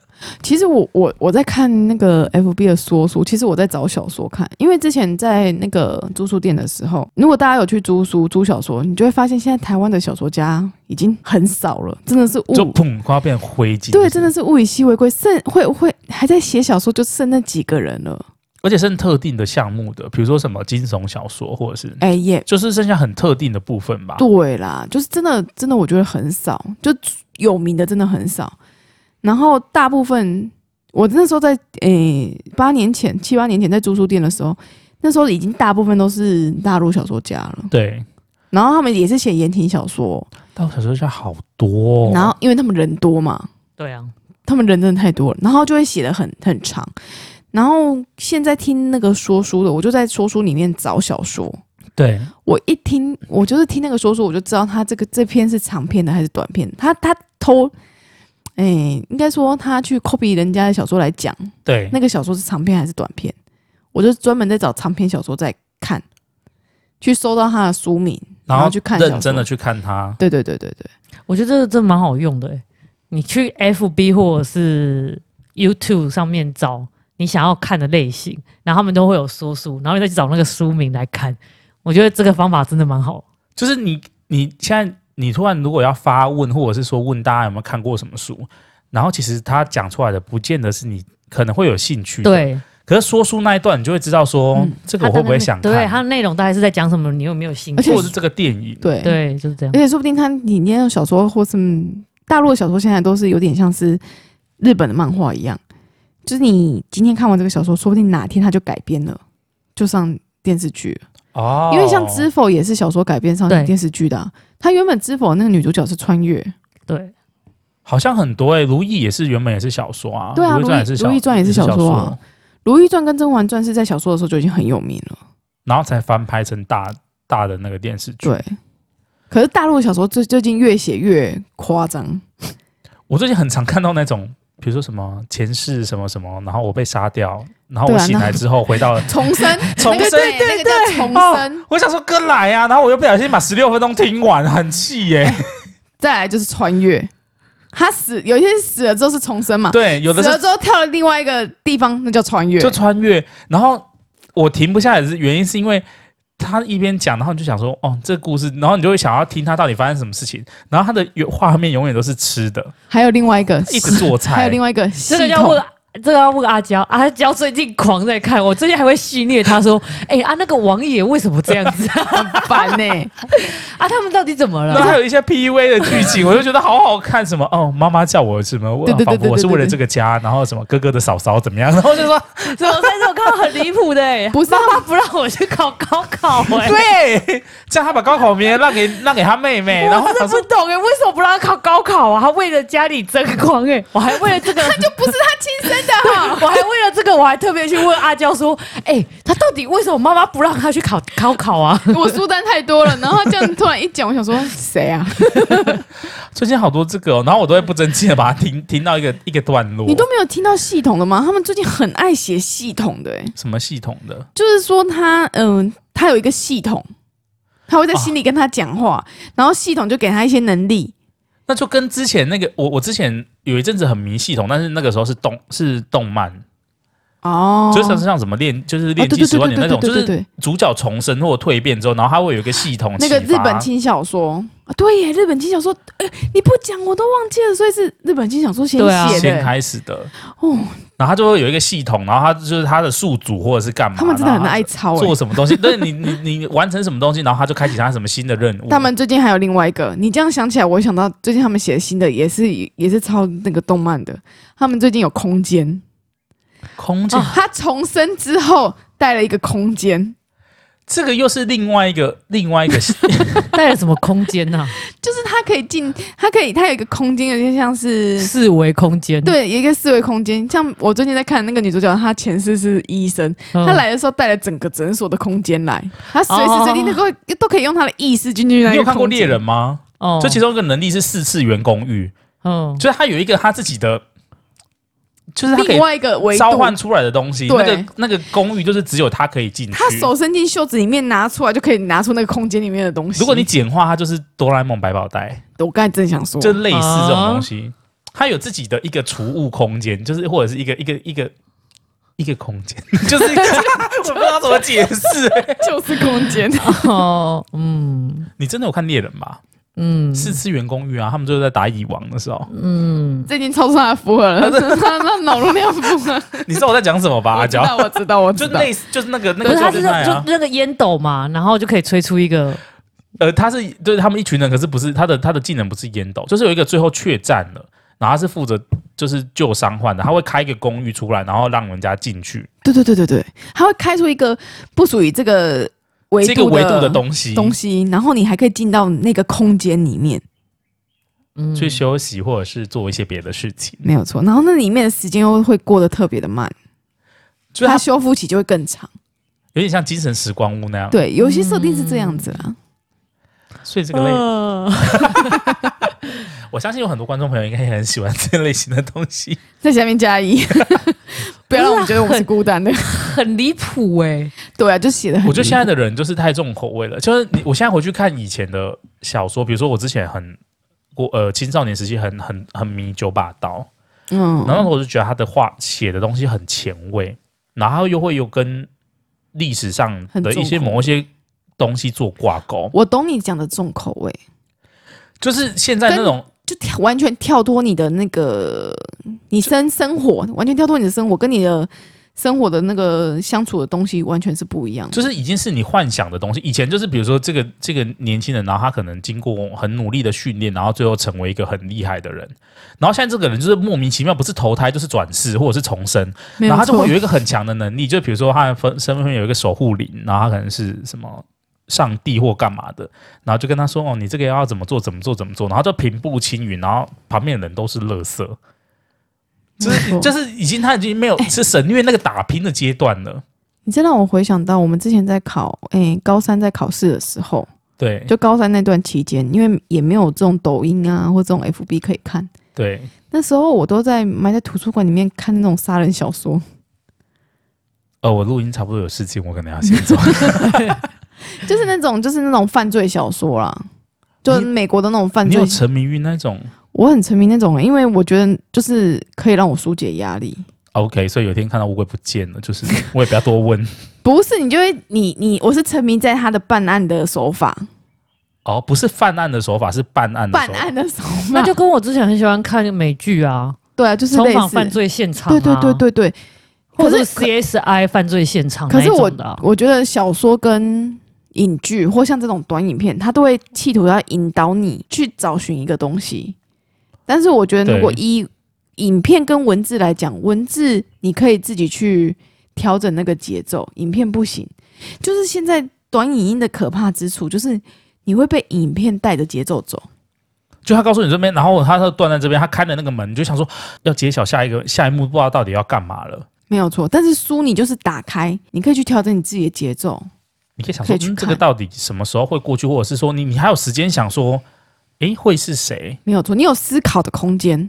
[SPEAKER 3] 其实我我我在看那个 FB 的说书，其实我在找小说看，因为之前在那个租书店的时候，如果大家有去租书租小说，你就会发现现在台湾的小说家已经很少了，真的是物
[SPEAKER 1] 就砰，快要变灰烬。
[SPEAKER 3] 对，真的，是物以稀为贵，剩会会还在写小说就剩那几个人了。
[SPEAKER 1] 而且剩特定的项目的，比如说什么惊悚小说，或者是
[SPEAKER 3] 哎、耶，
[SPEAKER 1] 就是剩下很特定的部分吧。
[SPEAKER 3] 对啦，就是真的真的，我觉得很少，就有名的真的很少。然后大部分我那时候在诶八、年前七八年前在租书店的时候，那时候已经大部分都是大陆小说家了，
[SPEAKER 1] 对，
[SPEAKER 3] 然后他们也是写言情小说，
[SPEAKER 1] 但我小说家好多、哦，
[SPEAKER 3] 然后因为他们人多嘛，
[SPEAKER 2] 对啊，
[SPEAKER 3] 他们人真的太多了，然后就会写的很很长。然后现在听那个说书的，我就在说书里面找小说。
[SPEAKER 1] 对，
[SPEAKER 3] 我一听，我就是听那个说书，我就知道他这个这篇是长篇的还是短篇的。他他偷，哎、应该说他去 copy 人家的小说来讲，
[SPEAKER 1] 对，
[SPEAKER 3] 那个小说是长篇还是短篇。我就专门在找长篇小说在看，去搜到他的书名，然后去看小说
[SPEAKER 1] 认真的去看它。
[SPEAKER 3] 对对对对对，
[SPEAKER 2] 我觉得这个真蛮好用的、欸。你去 FB 或者是 YouTube 上面找你想要看的类型，然后他们都会有说书，然后你再去找那个书名来看。我觉得这个方法真的蛮好。
[SPEAKER 1] 就是你你现在你突然如果要发问，或者是说问大家有没有看过什么书，然后其实他讲出来的不见得是你可能会有兴趣的，。
[SPEAKER 2] 对，
[SPEAKER 1] 可是说书那一段，你就会知道说、
[SPEAKER 3] 嗯
[SPEAKER 1] 这个我会不会想看，
[SPEAKER 2] 对，它的内容大概是在讲什么？你有没有兴
[SPEAKER 3] 而且嗯
[SPEAKER 2] 趣
[SPEAKER 1] 或者？是这个电影，
[SPEAKER 3] 对
[SPEAKER 2] 对，就是这样
[SPEAKER 3] 而。且说不定他里面的小说或是嗯大陆的小说，现在都是有点像是日本的漫画一样，就是你今天看完这个小说，说不定哪天它就改编了，就上电视剧了。
[SPEAKER 1] 哦，
[SPEAKER 3] 因为像《知否》也是小说改编上
[SPEAKER 2] 对
[SPEAKER 3] 电视剧的、啊，它原本《知否》那个女主角是穿越，
[SPEAKER 2] 对，
[SPEAKER 1] 好像很多哎、欸，《如懿》也是原本也是小说啊，
[SPEAKER 3] 对啊
[SPEAKER 1] 如懿传》也是小
[SPEAKER 3] 如懿传也是小说
[SPEAKER 1] 说
[SPEAKER 3] 啊《如懿传》跟《甄嬛传》是在小说的时候就已经很有名了，
[SPEAKER 1] 然后才翻拍成大大的那个电视剧。
[SPEAKER 3] 对。可是大陆的小说最最近越写越夸张，
[SPEAKER 1] 我最近很常看到那种，比如说什么前世什么什么，然后我被杀掉，然后我
[SPEAKER 3] 对啊
[SPEAKER 1] 醒
[SPEAKER 3] 那
[SPEAKER 1] 来之后回到了。
[SPEAKER 3] 重 生，
[SPEAKER 1] 重生
[SPEAKER 3] 对对对，哦重生。
[SPEAKER 1] 我想说哥来啊，然后我又不小心把十六分钟听完，很气耶、
[SPEAKER 3] 再来就是穿越，他死有一些死了之后是重生嘛，
[SPEAKER 1] 对，有的
[SPEAKER 3] 死
[SPEAKER 1] 是
[SPEAKER 3] 了之后跳了另外一个地方，那叫穿越。
[SPEAKER 1] 就穿越，然后我停不下来的是原因是因为他一边讲，然后你就想说，哦，这故事，然后你就会想要听他到底发生什么事情，然后他的原画面永远都是吃的，
[SPEAKER 3] 还有另 外一个，
[SPEAKER 1] 一直做菜，
[SPEAKER 3] 还有另外一个系
[SPEAKER 2] 这个要
[SPEAKER 3] 统
[SPEAKER 2] 问，，啊这个要问阿娇。阿娇最近狂在看，我最近还会戏虐她说：“ 哎、啊，那个王爷为什么这样 子啊？
[SPEAKER 3] 很烦欸呢、
[SPEAKER 2] 啊，他们到底怎么
[SPEAKER 1] 然后还
[SPEAKER 2] 了
[SPEAKER 1] 有一些 PUA 的剧情，我就觉得好好看。什么哦，妈妈叫我什么，我
[SPEAKER 3] 对对对
[SPEAKER 1] 仿佛我是
[SPEAKER 3] 对对对
[SPEAKER 1] 为了这个家，然后什么哥哥的嫂嫂怎么样，然后就说？”
[SPEAKER 2] 怎么但是我看到很离谱的、欸，
[SPEAKER 3] 不是
[SPEAKER 2] 妈妈不让我去考高考、欸，
[SPEAKER 1] 对，这样他把高考名额让给 让给他妹妹，然后
[SPEAKER 2] 我真
[SPEAKER 1] 他
[SPEAKER 2] 的
[SPEAKER 1] 说
[SPEAKER 2] 不懂哎、为什么不让他考高考啊？他为了家里争光哎、 我还为了这个，
[SPEAKER 3] 就不是他亲生 的
[SPEAKER 2] 我还为了这个，我还特别去问阿娇说，哎、他到底为什么妈妈不让他去考高考啊？
[SPEAKER 3] 我书单太多了，然后这样突然一讲，我想说谁啊？
[SPEAKER 1] 最近好多这个、哦，然后我都会不争气的把它停 停到一个一个段落。
[SPEAKER 3] 你都没有听到系统的吗？他们最近很爱写系统的、欸，
[SPEAKER 1] 什么系统的？
[SPEAKER 3] 就是说他嗯、他有一个系统，他会在心里跟他讲话，然后系统就给他一些能力，
[SPEAKER 1] 那就跟之前那个我我之前有一阵子很迷系统，但是那个时候是动是动漫，
[SPEAKER 3] 哦，
[SPEAKER 1] 就是像像什么练就是
[SPEAKER 3] 哦
[SPEAKER 1] 练
[SPEAKER 3] 对
[SPEAKER 1] 技
[SPEAKER 3] 对
[SPEAKER 1] 十
[SPEAKER 3] 对
[SPEAKER 1] 万
[SPEAKER 3] 对
[SPEAKER 1] 年那
[SPEAKER 3] 对
[SPEAKER 1] 种，
[SPEAKER 3] 对
[SPEAKER 1] 就
[SPEAKER 3] 对
[SPEAKER 1] 是
[SPEAKER 3] 对，
[SPEAKER 1] 主角重生或蜕变之后，然后他会有一个系统
[SPEAKER 3] 那个
[SPEAKER 1] 启
[SPEAKER 3] 日
[SPEAKER 1] 发
[SPEAKER 3] 本轻小说啊，对耶，日本轻小说，哎、你不讲我都忘记了，所以是日本轻小说先
[SPEAKER 2] 对啊
[SPEAKER 3] 写的、
[SPEAKER 1] 先开始的。
[SPEAKER 3] 哦，
[SPEAKER 1] 然后他就会有一个系统，然后他就是他的宿主或者是干嘛，
[SPEAKER 3] 他们真的很
[SPEAKER 1] 然后
[SPEAKER 3] 爱抄、
[SPEAKER 1] 他
[SPEAKER 3] 哎
[SPEAKER 1] 做什么东西， 对你你你完成什么东西，然后他就开启他什么新的任务。
[SPEAKER 3] 他们最近还有另外一个，你这样想起来，我想到最近他们写的新的也是也是抄那个动漫的，他们最近有空间，哦
[SPEAKER 1] 空间、
[SPEAKER 3] 他重生之后带了一个空间，
[SPEAKER 1] 这个又是另外一个另外一 个
[SPEAKER 2] 带了什么空间啊呢、
[SPEAKER 3] 就是他可以进，他可以他有一个空间，有点像是
[SPEAKER 2] 四维空间，
[SPEAKER 3] 对有一个四维空间，像我最近在看那个女主角，她前世是医生，
[SPEAKER 2] 嗯，
[SPEAKER 3] 他来的时候带了整个诊所的空间来，他随时随地
[SPEAKER 2] 哦
[SPEAKER 3] 能够都可以用他的意识进去那
[SPEAKER 1] 你
[SPEAKER 3] 个
[SPEAKER 1] 有看过
[SPEAKER 3] 空间
[SPEAKER 1] 猎人？吗？
[SPEAKER 2] 哦
[SPEAKER 1] 就其中一个能力是四次元公寓，
[SPEAKER 2] 嗯，
[SPEAKER 1] 就是他有一个他自己的，就是他可
[SPEAKER 3] 另
[SPEAKER 1] 以
[SPEAKER 3] 外一个维度
[SPEAKER 1] 召，唤出来的东西。
[SPEAKER 3] 对
[SPEAKER 1] 那个那个公寓就是只有他可以进去。
[SPEAKER 3] 他手伸进袖子里面拿出来，就可以拿出那个空间里面的东西。
[SPEAKER 1] 如果你简化，它就是哆啦 A 梦百宝袋，
[SPEAKER 3] 我刚才正想说，
[SPEAKER 1] 就类似这种东西。他有自己的一个储物空间，就是或者是一个一个一个一个空 间，就是我不知道怎么解释、欸
[SPEAKER 3] 就是空间。
[SPEAKER 2] 哦，嗯
[SPEAKER 1] 你真的有看猎人吧？
[SPEAKER 2] 嗯
[SPEAKER 1] 四次元公寓啊，他们就是在打蚁王的时候，
[SPEAKER 2] 嗯，
[SPEAKER 3] 这已经超出他的负荷了， 他那脑容量负荷。
[SPEAKER 1] 你知道我在啊讲什么吧？阿
[SPEAKER 3] 我知
[SPEAKER 1] 娇，
[SPEAKER 3] 道，我知道，我
[SPEAKER 1] 就
[SPEAKER 3] 知道。
[SPEAKER 1] 类似就是那个那
[SPEAKER 2] 可
[SPEAKER 1] 个
[SPEAKER 2] 是它
[SPEAKER 1] 状
[SPEAKER 2] 是
[SPEAKER 1] 态
[SPEAKER 2] 就
[SPEAKER 1] 啊，
[SPEAKER 2] 那个烟斗嘛，然后就可以吹出一个
[SPEAKER 1] 呃，他是就是他们一群人，可是不是他的他的技能不是烟斗，就是有一个最后确战了，然后他是负责就是救伤患的，他会开一个公寓出来，然后让人家进去，
[SPEAKER 3] 对对对对对，他会开出一个不属于这个维
[SPEAKER 1] 这个
[SPEAKER 3] 度
[SPEAKER 1] 维度的东西，
[SPEAKER 3] 东西，然后你还可以进到那个空间里面，
[SPEAKER 2] 嗯
[SPEAKER 1] 去休息或者是做一些别的事情，
[SPEAKER 3] 没有错。然后那里面的时间又会过得特别的慢，
[SPEAKER 1] 就是
[SPEAKER 3] 它
[SPEAKER 1] 他
[SPEAKER 3] 修复期就会更长。
[SPEAKER 1] 嗯有点像精神时光屋那样，
[SPEAKER 3] 对，有一些设定是这样子啊啦。
[SPEAKER 1] 所以这个类
[SPEAKER 3] 嗯
[SPEAKER 2] 呃
[SPEAKER 1] 我相信有很多观众朋友应该也很喜欢这类型的东西。
[SPEAKER 3] 在下面加一， 不要让我们觉得我们是孤单的。
[SPEAKER 2] 很离谱哎，
[SPEAKER 3] 对啊，就写的很。
[SPEAKER 1] 我觉得现在的人就是太重口味了，就是你，我现在回去看以前的小说，比如说我之前很我呃青少年时期很很很迷九把刀，
[SPEAKER 3] 嗯，
[SPEAKER 1] 然后那时候我就觉得他的话写的东西很前卫，然后又会有跟历史上
[SPEAKER 3] 很
[SPEAKER 1] 的
[SPEAKER 3] 重
[SPEAKER 1] 一些
[SPEAKER 3] 口
[SPEAKER 1] 某一些东西做挂钩，
[SPEAKER 3] 我懂你讲的重口味，
[SPEAKER 1] 就是现在那种
[SPEAKER 3] 就跳完全跳脱你的那个你生生活，完全跳脱你的生活，跟你的生活的那个相处的东西完全是不一样的。
[SPEAKER 1] 就是已经是你幻想的东西。以前就是比如说这个这个年轻人，然后他可能经过很努力的训练，然后最后成为一个很厉害的人。然后现在这个人就是莫名其妙，不是投胎就是转世或者是重生，
[SPEAKER 3] 没
[SPEAKER 1] 然
[SPEAKER 3] 有
[SPEAKER 1] 后他就
[SPEAKER 3] 错
[SPEAKER 1] 会 有一个很强的能力，就比如说他的分身份有一个守护灵，然后他可能是什么上帝或干嘛的，然后就跟他说哦，你这个要怎么做怎么做怎么做，然后就平步青云，然后旁边的人都是垃圾，就
[SPEAKER 3] 没
[SPEAKER 1] 是
[SPEAKER 3] 错
[SPEAKER 1] 就是已经他已经没
[SPEAKER 3] 哎
[SPEAKER 1] 有是省略那个打拼的阶段了，
[SPEAKER 3] 你这让我回想到我们之前在考，诶、高三在考试的时候，
[SPEAKER 1] 对
[SPEAKER 3] 就高三那段期间，因为也没有这种抖音啊或这种 FB 可以看，
[SPEAKER 1] 对，
[SPEAKER 3] 那时候我都在埋在图书馆里面看那种杀人小说，
[SPEAKER 1] 呃，我录音差不多有事情，我可能要先 走。
[SPEAKER 3] 就是那种就是那种犯罪小说啦，就
[SPEAKER 1] 你
[SPEAKER 3] 美国的那种犯
[SPEAKER 1] 你
[SPEAKER 3] 罪
[SPEAKER 1] 有。沉迷于那种
[SPEAKER 3] 我很沉迷那种、因为我觉得就是可以让我疏解压力。
[SPEAKER 1] OK，所以有一天看到乌龟不见了，就是我也不要多问
[SPEAKER 3] 不是你就会你你我是沉迷在他的办案的手法，
[SPEAKER 2] 嗯
[SPEAKER 1] 哦，不是犯案的手法，是办案的手
[SPEAKER 3] 办
[SPEAKER 1] 法。
[SPEAKER 3] 案的手法，
[SPEAKER 2] 那就跟我之前很喜欢看美剧啊，
[SPEAKER 3] 对啊，就是
[SPEAKER 2] 重
[SPEAKER 3] 类
[SPEAKER 2] 访
[SPEAKER 3] 似
[SPEAKER 2] 犯，罪现场、啊，
[SPEAKER 3] 对对对，对对。
[SPEAKER 2] 或者是
[SPEAKER 3] 可是
[SPEAKER 2] CSI 犯罪现场
[SPEAKER 3] 可
[SPEAKER 2] 那一
[SPEAKER 3] 是我
[SPEAKER 2] 种的啊、
[SPEAKER 3] 我觉得小说跟影剧或像这种短影片，它都会企图要引导你去找寻一个东西。但是我觉得，如果
[SPEAKER 1] 对
[SPEAKER 3] 依影片跟文字来讲，文字你可以自己去调整那个节奏，影片不行。就是现在短影音的可怕之处，就是你会被影片带着节奏走。
[SPEAKER 1] 就他告诉你这边，然后他就断在这边，他开了那个门，你就想说要揭晓下一个下一幕，不知道到底要干嘛了。
[SPEAKER 3] 没有错，但是书你就是打开，你可以去调整你自己的节奏。
[SPEAKER 1] 你可以想说，
[SPEAKER 3] 可以去
[SPEAKER 1] 嗯，
[SPEAKER 3] 看
[SPEAKER 1] 这个到底什么时候会过去，或者是说你你还有时间想说，诶，会是谁？
[SPEAKER 3] 没有错，你有思考的空间。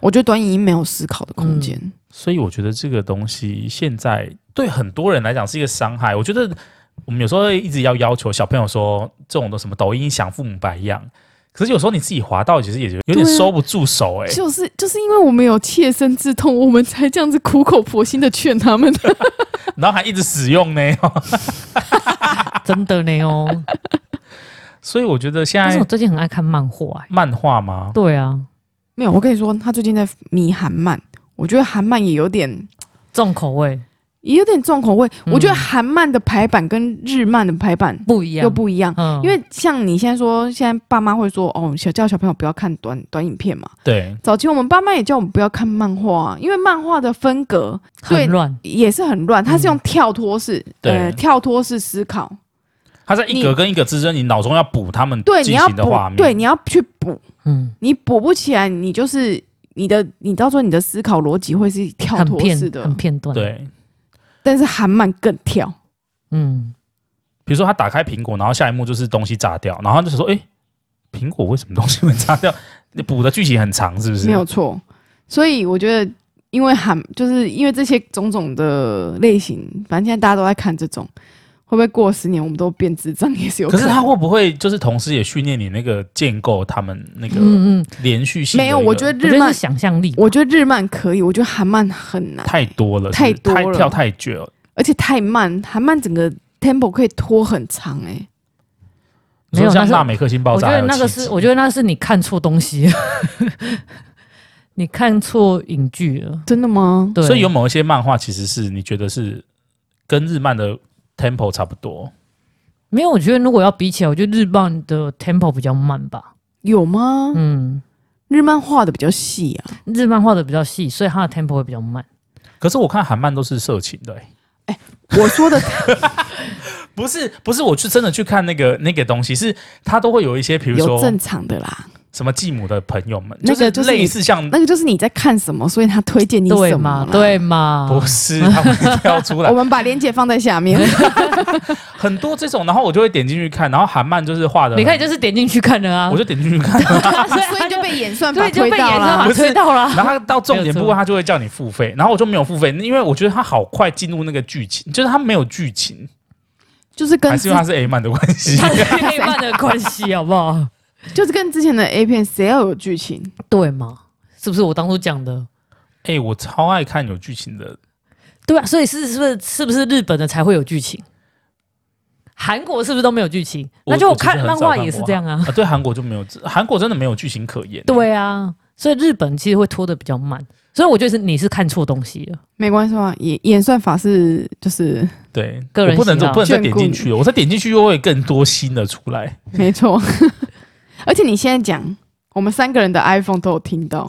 [SPEAKER 3] 我觉得短影音没有思考的空间。
[SPEAKER 2] 嗯
[SPEAKER 1] 所以我觉得这个东西现在对很多人来讲是一个伤害。我觉得我们有时候会一直要要求小朋友说这种的什么抖音想父母白养，可是有时候你自己滑到，其实也有点
[SPEAKER 3] 对啊
[SPEAKER 1] 收不住手、诶。
[SPEAKER 3] 就是就是因为我们有切身之痛，我们才这样子苦口婆心的劝他们。
[SPEAKER 1] 然后还一直使用呢。
[SPEAKER 2] 真的呢哦。
[SPEAKER 1] 所以我觉得现
[SPEAKER 2] 但是我
[SPEAKER 1] 在
[SPEAKER 2] 最近很爱看漫画、欸，
[SPEAKER 1] 漫画吗？
[SPEAKER 2] 对啊，
[SPEAKER 3] 没有，我跟你说，他最近在迷韩漫，我觉得韩漫也有点
[SPEAKER 2] 重口味
[SPEAKER 3] 也有点重口味。
[SPEAKER 2] 嗯
[SPEAKER 3] 我觉得韩漫的排版跟日漫的排版
[SPEAKER 2] 不一样，
[SPEAKER 3] 又不一样，
[SPEAKER 2] 嗯，
[SPEAKER 3] 因为像你现在说，现在爸妈会说哦，小叫小朋友不要看短短影片嘛。
[SPEAKER 1] 对，
[SPEAKER 3] 早期我们爸妈也叫我们不要看漫画、啊，因为漫画的风格对
[SPEAKER 2] 很乱，
[SPEAKER 3] 也是很乱，它是用跳脱式、
[SPEAKER 1] 对
[SPEAKER 3] 呃跳脱式思考。
[SPEAKER 1] 它在一格跟一格之间，你脑中要补他们
[SPEAKER 3] 对，你
[SPEAKER 1] 进
[SPEAKER 3] 要
[SPEAKER 1] 行的
[SPEAKER 3] 补
[SPEAKER 1] 画，面。
[SPEAKER 3] 对，你要去补，
[SPEAKER 2] 嗯，
[SPEAKER 3] 你补不起来，你就是你的，你到时候你的思考逻辑会是跳
[SPEAKER 2] 很
[SPEAKER 3] 脱
[SPEAKER 2] 片
[SPEAKER 3] 式的
[SPEAKER 2] 很，片段，，
[SPEAKER 1] 对
[SPEAKER 3] 但是韩漫更跳，
[SPEAKER 2] 嗯，
[SPEAKER 1] 比如说他打开苹果，然后下一幕就是东西炸掉，然后他就说：“哎，苹果为什么东西会炸掉？”你补的剧情很长，是不啊是？
[SPEAKER 3] 没有错。所以我觉得，因为韩就是因为这些种种的类型，反正现在大家都在看这种，会不会过十年我们都变智障也是有
[SPEAKER 1] 可是
[SPEAKER 3] 能
[SPEAKER 1] 他会不会就是同时也训练你那个建构他们那个
[SPEAKER 2] 嗯嗯，
[SPEAKER 1] 连续性的一
[SPEAKER 3] 没
[SPEAKER 1] 个？
[SPEAKER 3] 有，我觉得
[SPEAKER 2] 我觉得
[SPEAKER 3] 日
[SPEAKER 2] 是
[SPEAKER 3] 漫，
[SPEAKER 2] 想象力吧，
[SPEAKER 3] 我觉得日漫可以，我觉得韩漫很难，
[SPEAKER 1] 太多了，
[SPEAKER 3] 太
[SPEAKER 1] 是不是
[SPEAKER 3] 多了
[SPEAKER 1] 太跳太久了。
[SPEAKER 3] 而且太慢，韩漫整个 tempo 可以拖很长哎、
[SPEAKER 1] 你说
[SPEAKER 2] 没有
[SPEAKER 1] 像
[SPEAKER 2] 那是
[SPEAKER 1] 纳美克星爆
[SPEAKER 2] 我
[SPEAKER 1] 炸
[SPEAKER 2] 觉
[SPEAKER 1] 还有
[SPEAKER 2] 得
[SPEAKER 1] 七集，
[SPEAKER 2] 那个是，我觉得那是你看错东西了， 你看错影剧了。
[SPEAKER 3] 真的吗？
[SPEAKER 2] 对，
[SPEAKER 1] 所以有某一些漫画其实是你觉得是跟日漫的 tempo 差不多，
[SPEAKER 2] 没有？我觉得如果要比起来，我觉得日漫的 tempo 比较慢吧。
[SPEAKER 3] 有吗？
[SPEAKER 2] 嗯，
[SPEAKER 3] 日漫画的比较细 啊，
[SPEAKER 2] 日漫画的比较细，所以它的 tempo 会比较慢。
[SPEAKER 1] 可是我看韩漫都是色情的、欸
[SPEAKER 3] 我说的
[SPEAKER 1] 不是不是，我去真的去看那个那个东西，是它都会有一些，比如
[SPEAKER 3] 有
[SPEAKER 1] 说
[SPEAKER 3] 正常的啦，
[SPEAKER 1] 什么继母的朋友们，
[SPEAKER 3] 那个就是你
[SPEAKER 1] 类似像
[SPEAKER 3] 那个就是你在看什么，所以他推荐你
[SPEAKER 2] 对
[SPEAKER 3] 什么
[SPEAKER 2] 嘛
[SPEAKER 3] 啦？，
[SPEAKER 2] 对嘛，
[SPEAKER 1] 不是他们跳出来
[SPEAKER 3] 啊 我们把链接放在 下面。
[SPEAKER 1] 很多这种，然后我就会点进去看，然后韩漫就是画的，
[SPEAKER 2] 你看，你就是点进去看的啊
[SPEAKER 1] 啊我，就点进去看，
[SPEAKER 3] 所以就被演算
[SPEAKER 2] 对，
[SPEAKER 3] 法
[SPEAKER 2] 就
[SPEAKER 3] 推
[SPEAKER 2] 被演
[SPEAKER 3] 到
[SPEAKER 2] 算
[SPEAKER 3] 啦。
[SPEAKER 2] 法
[SPEAKER 1] 不是
[SPEAKER 2] 推到了。
[SPEAKER 1] 然后它到重点部
[SPEAKER 2] 没有
[SPEAKER 1] 分
[SPEAKER 2] 错
[SPEAKER 1] 他就会叫你付费，然后我就没有付费，因为我觉得它好快进入那个剧情，就是它没有剧情，
[SPEAKER 3] 就是跟
[SPEAKER 1] 还是
[SPEAKER 3] 之
[SPEAKER 1] 因为它是 A 漫的关系。
[SPEAKER 2] 它是黑漫的关系，好不好？
[SPEAKER 3] 就是跟之前的 A 片，谁要有剧情？
[SPEAKER 2] 对嘛？是不是我当初讲的？
[SPEAKER 1] 哎、我超爱看有剧情的，
[SPEAKER 2] 对啊，所以是是不是是不是日本的才会有剧情？韩国是不是都没有剧情？
[SPEAKER 1] 我
[SPEAKER 2] 那就
[SPEAKER 1] 我其实
[SPEAKER 2] 看
[SPEAKER 1] 很
[SPEAKER 2] 漫
[SPEAKER 1] 少
[SPEAKER 2] 画
[SPEAKER 1] 看
[SPEAKER 2] 也是
[SPEAKER 1] 过
[SPEAKER 2] 这样啊。
[SPEAKER 1] 啊，对韩国就没有，韩国真的没有剧情可言。
[SPEAKER 2] 对啊，所以日本其实会拖得比较慢，所以我觉得是你是看错东西了。
[SPEAKER 3] 没关系嘛，演演算法是 就是
[SPEAKER 1] 对，
[SPEAKER 2] 个人
[SPEAKER 1] 我不能
[SPEAKER 2] 喜好
[SPEAKER 1] 我不能再
[SPEAKER 3] 眷
[SPEAKER 1] 点
[SPEAKER 3] 顾哦
[SPEAKER 1] 进
[SPEAKER 3] 你
[SPEAKER 1] 去了，我再点进去又会更多新的出来。
[SPEAKER 3] 没错。 而且你现在讲，我们三个人的 iPhone 都有听到。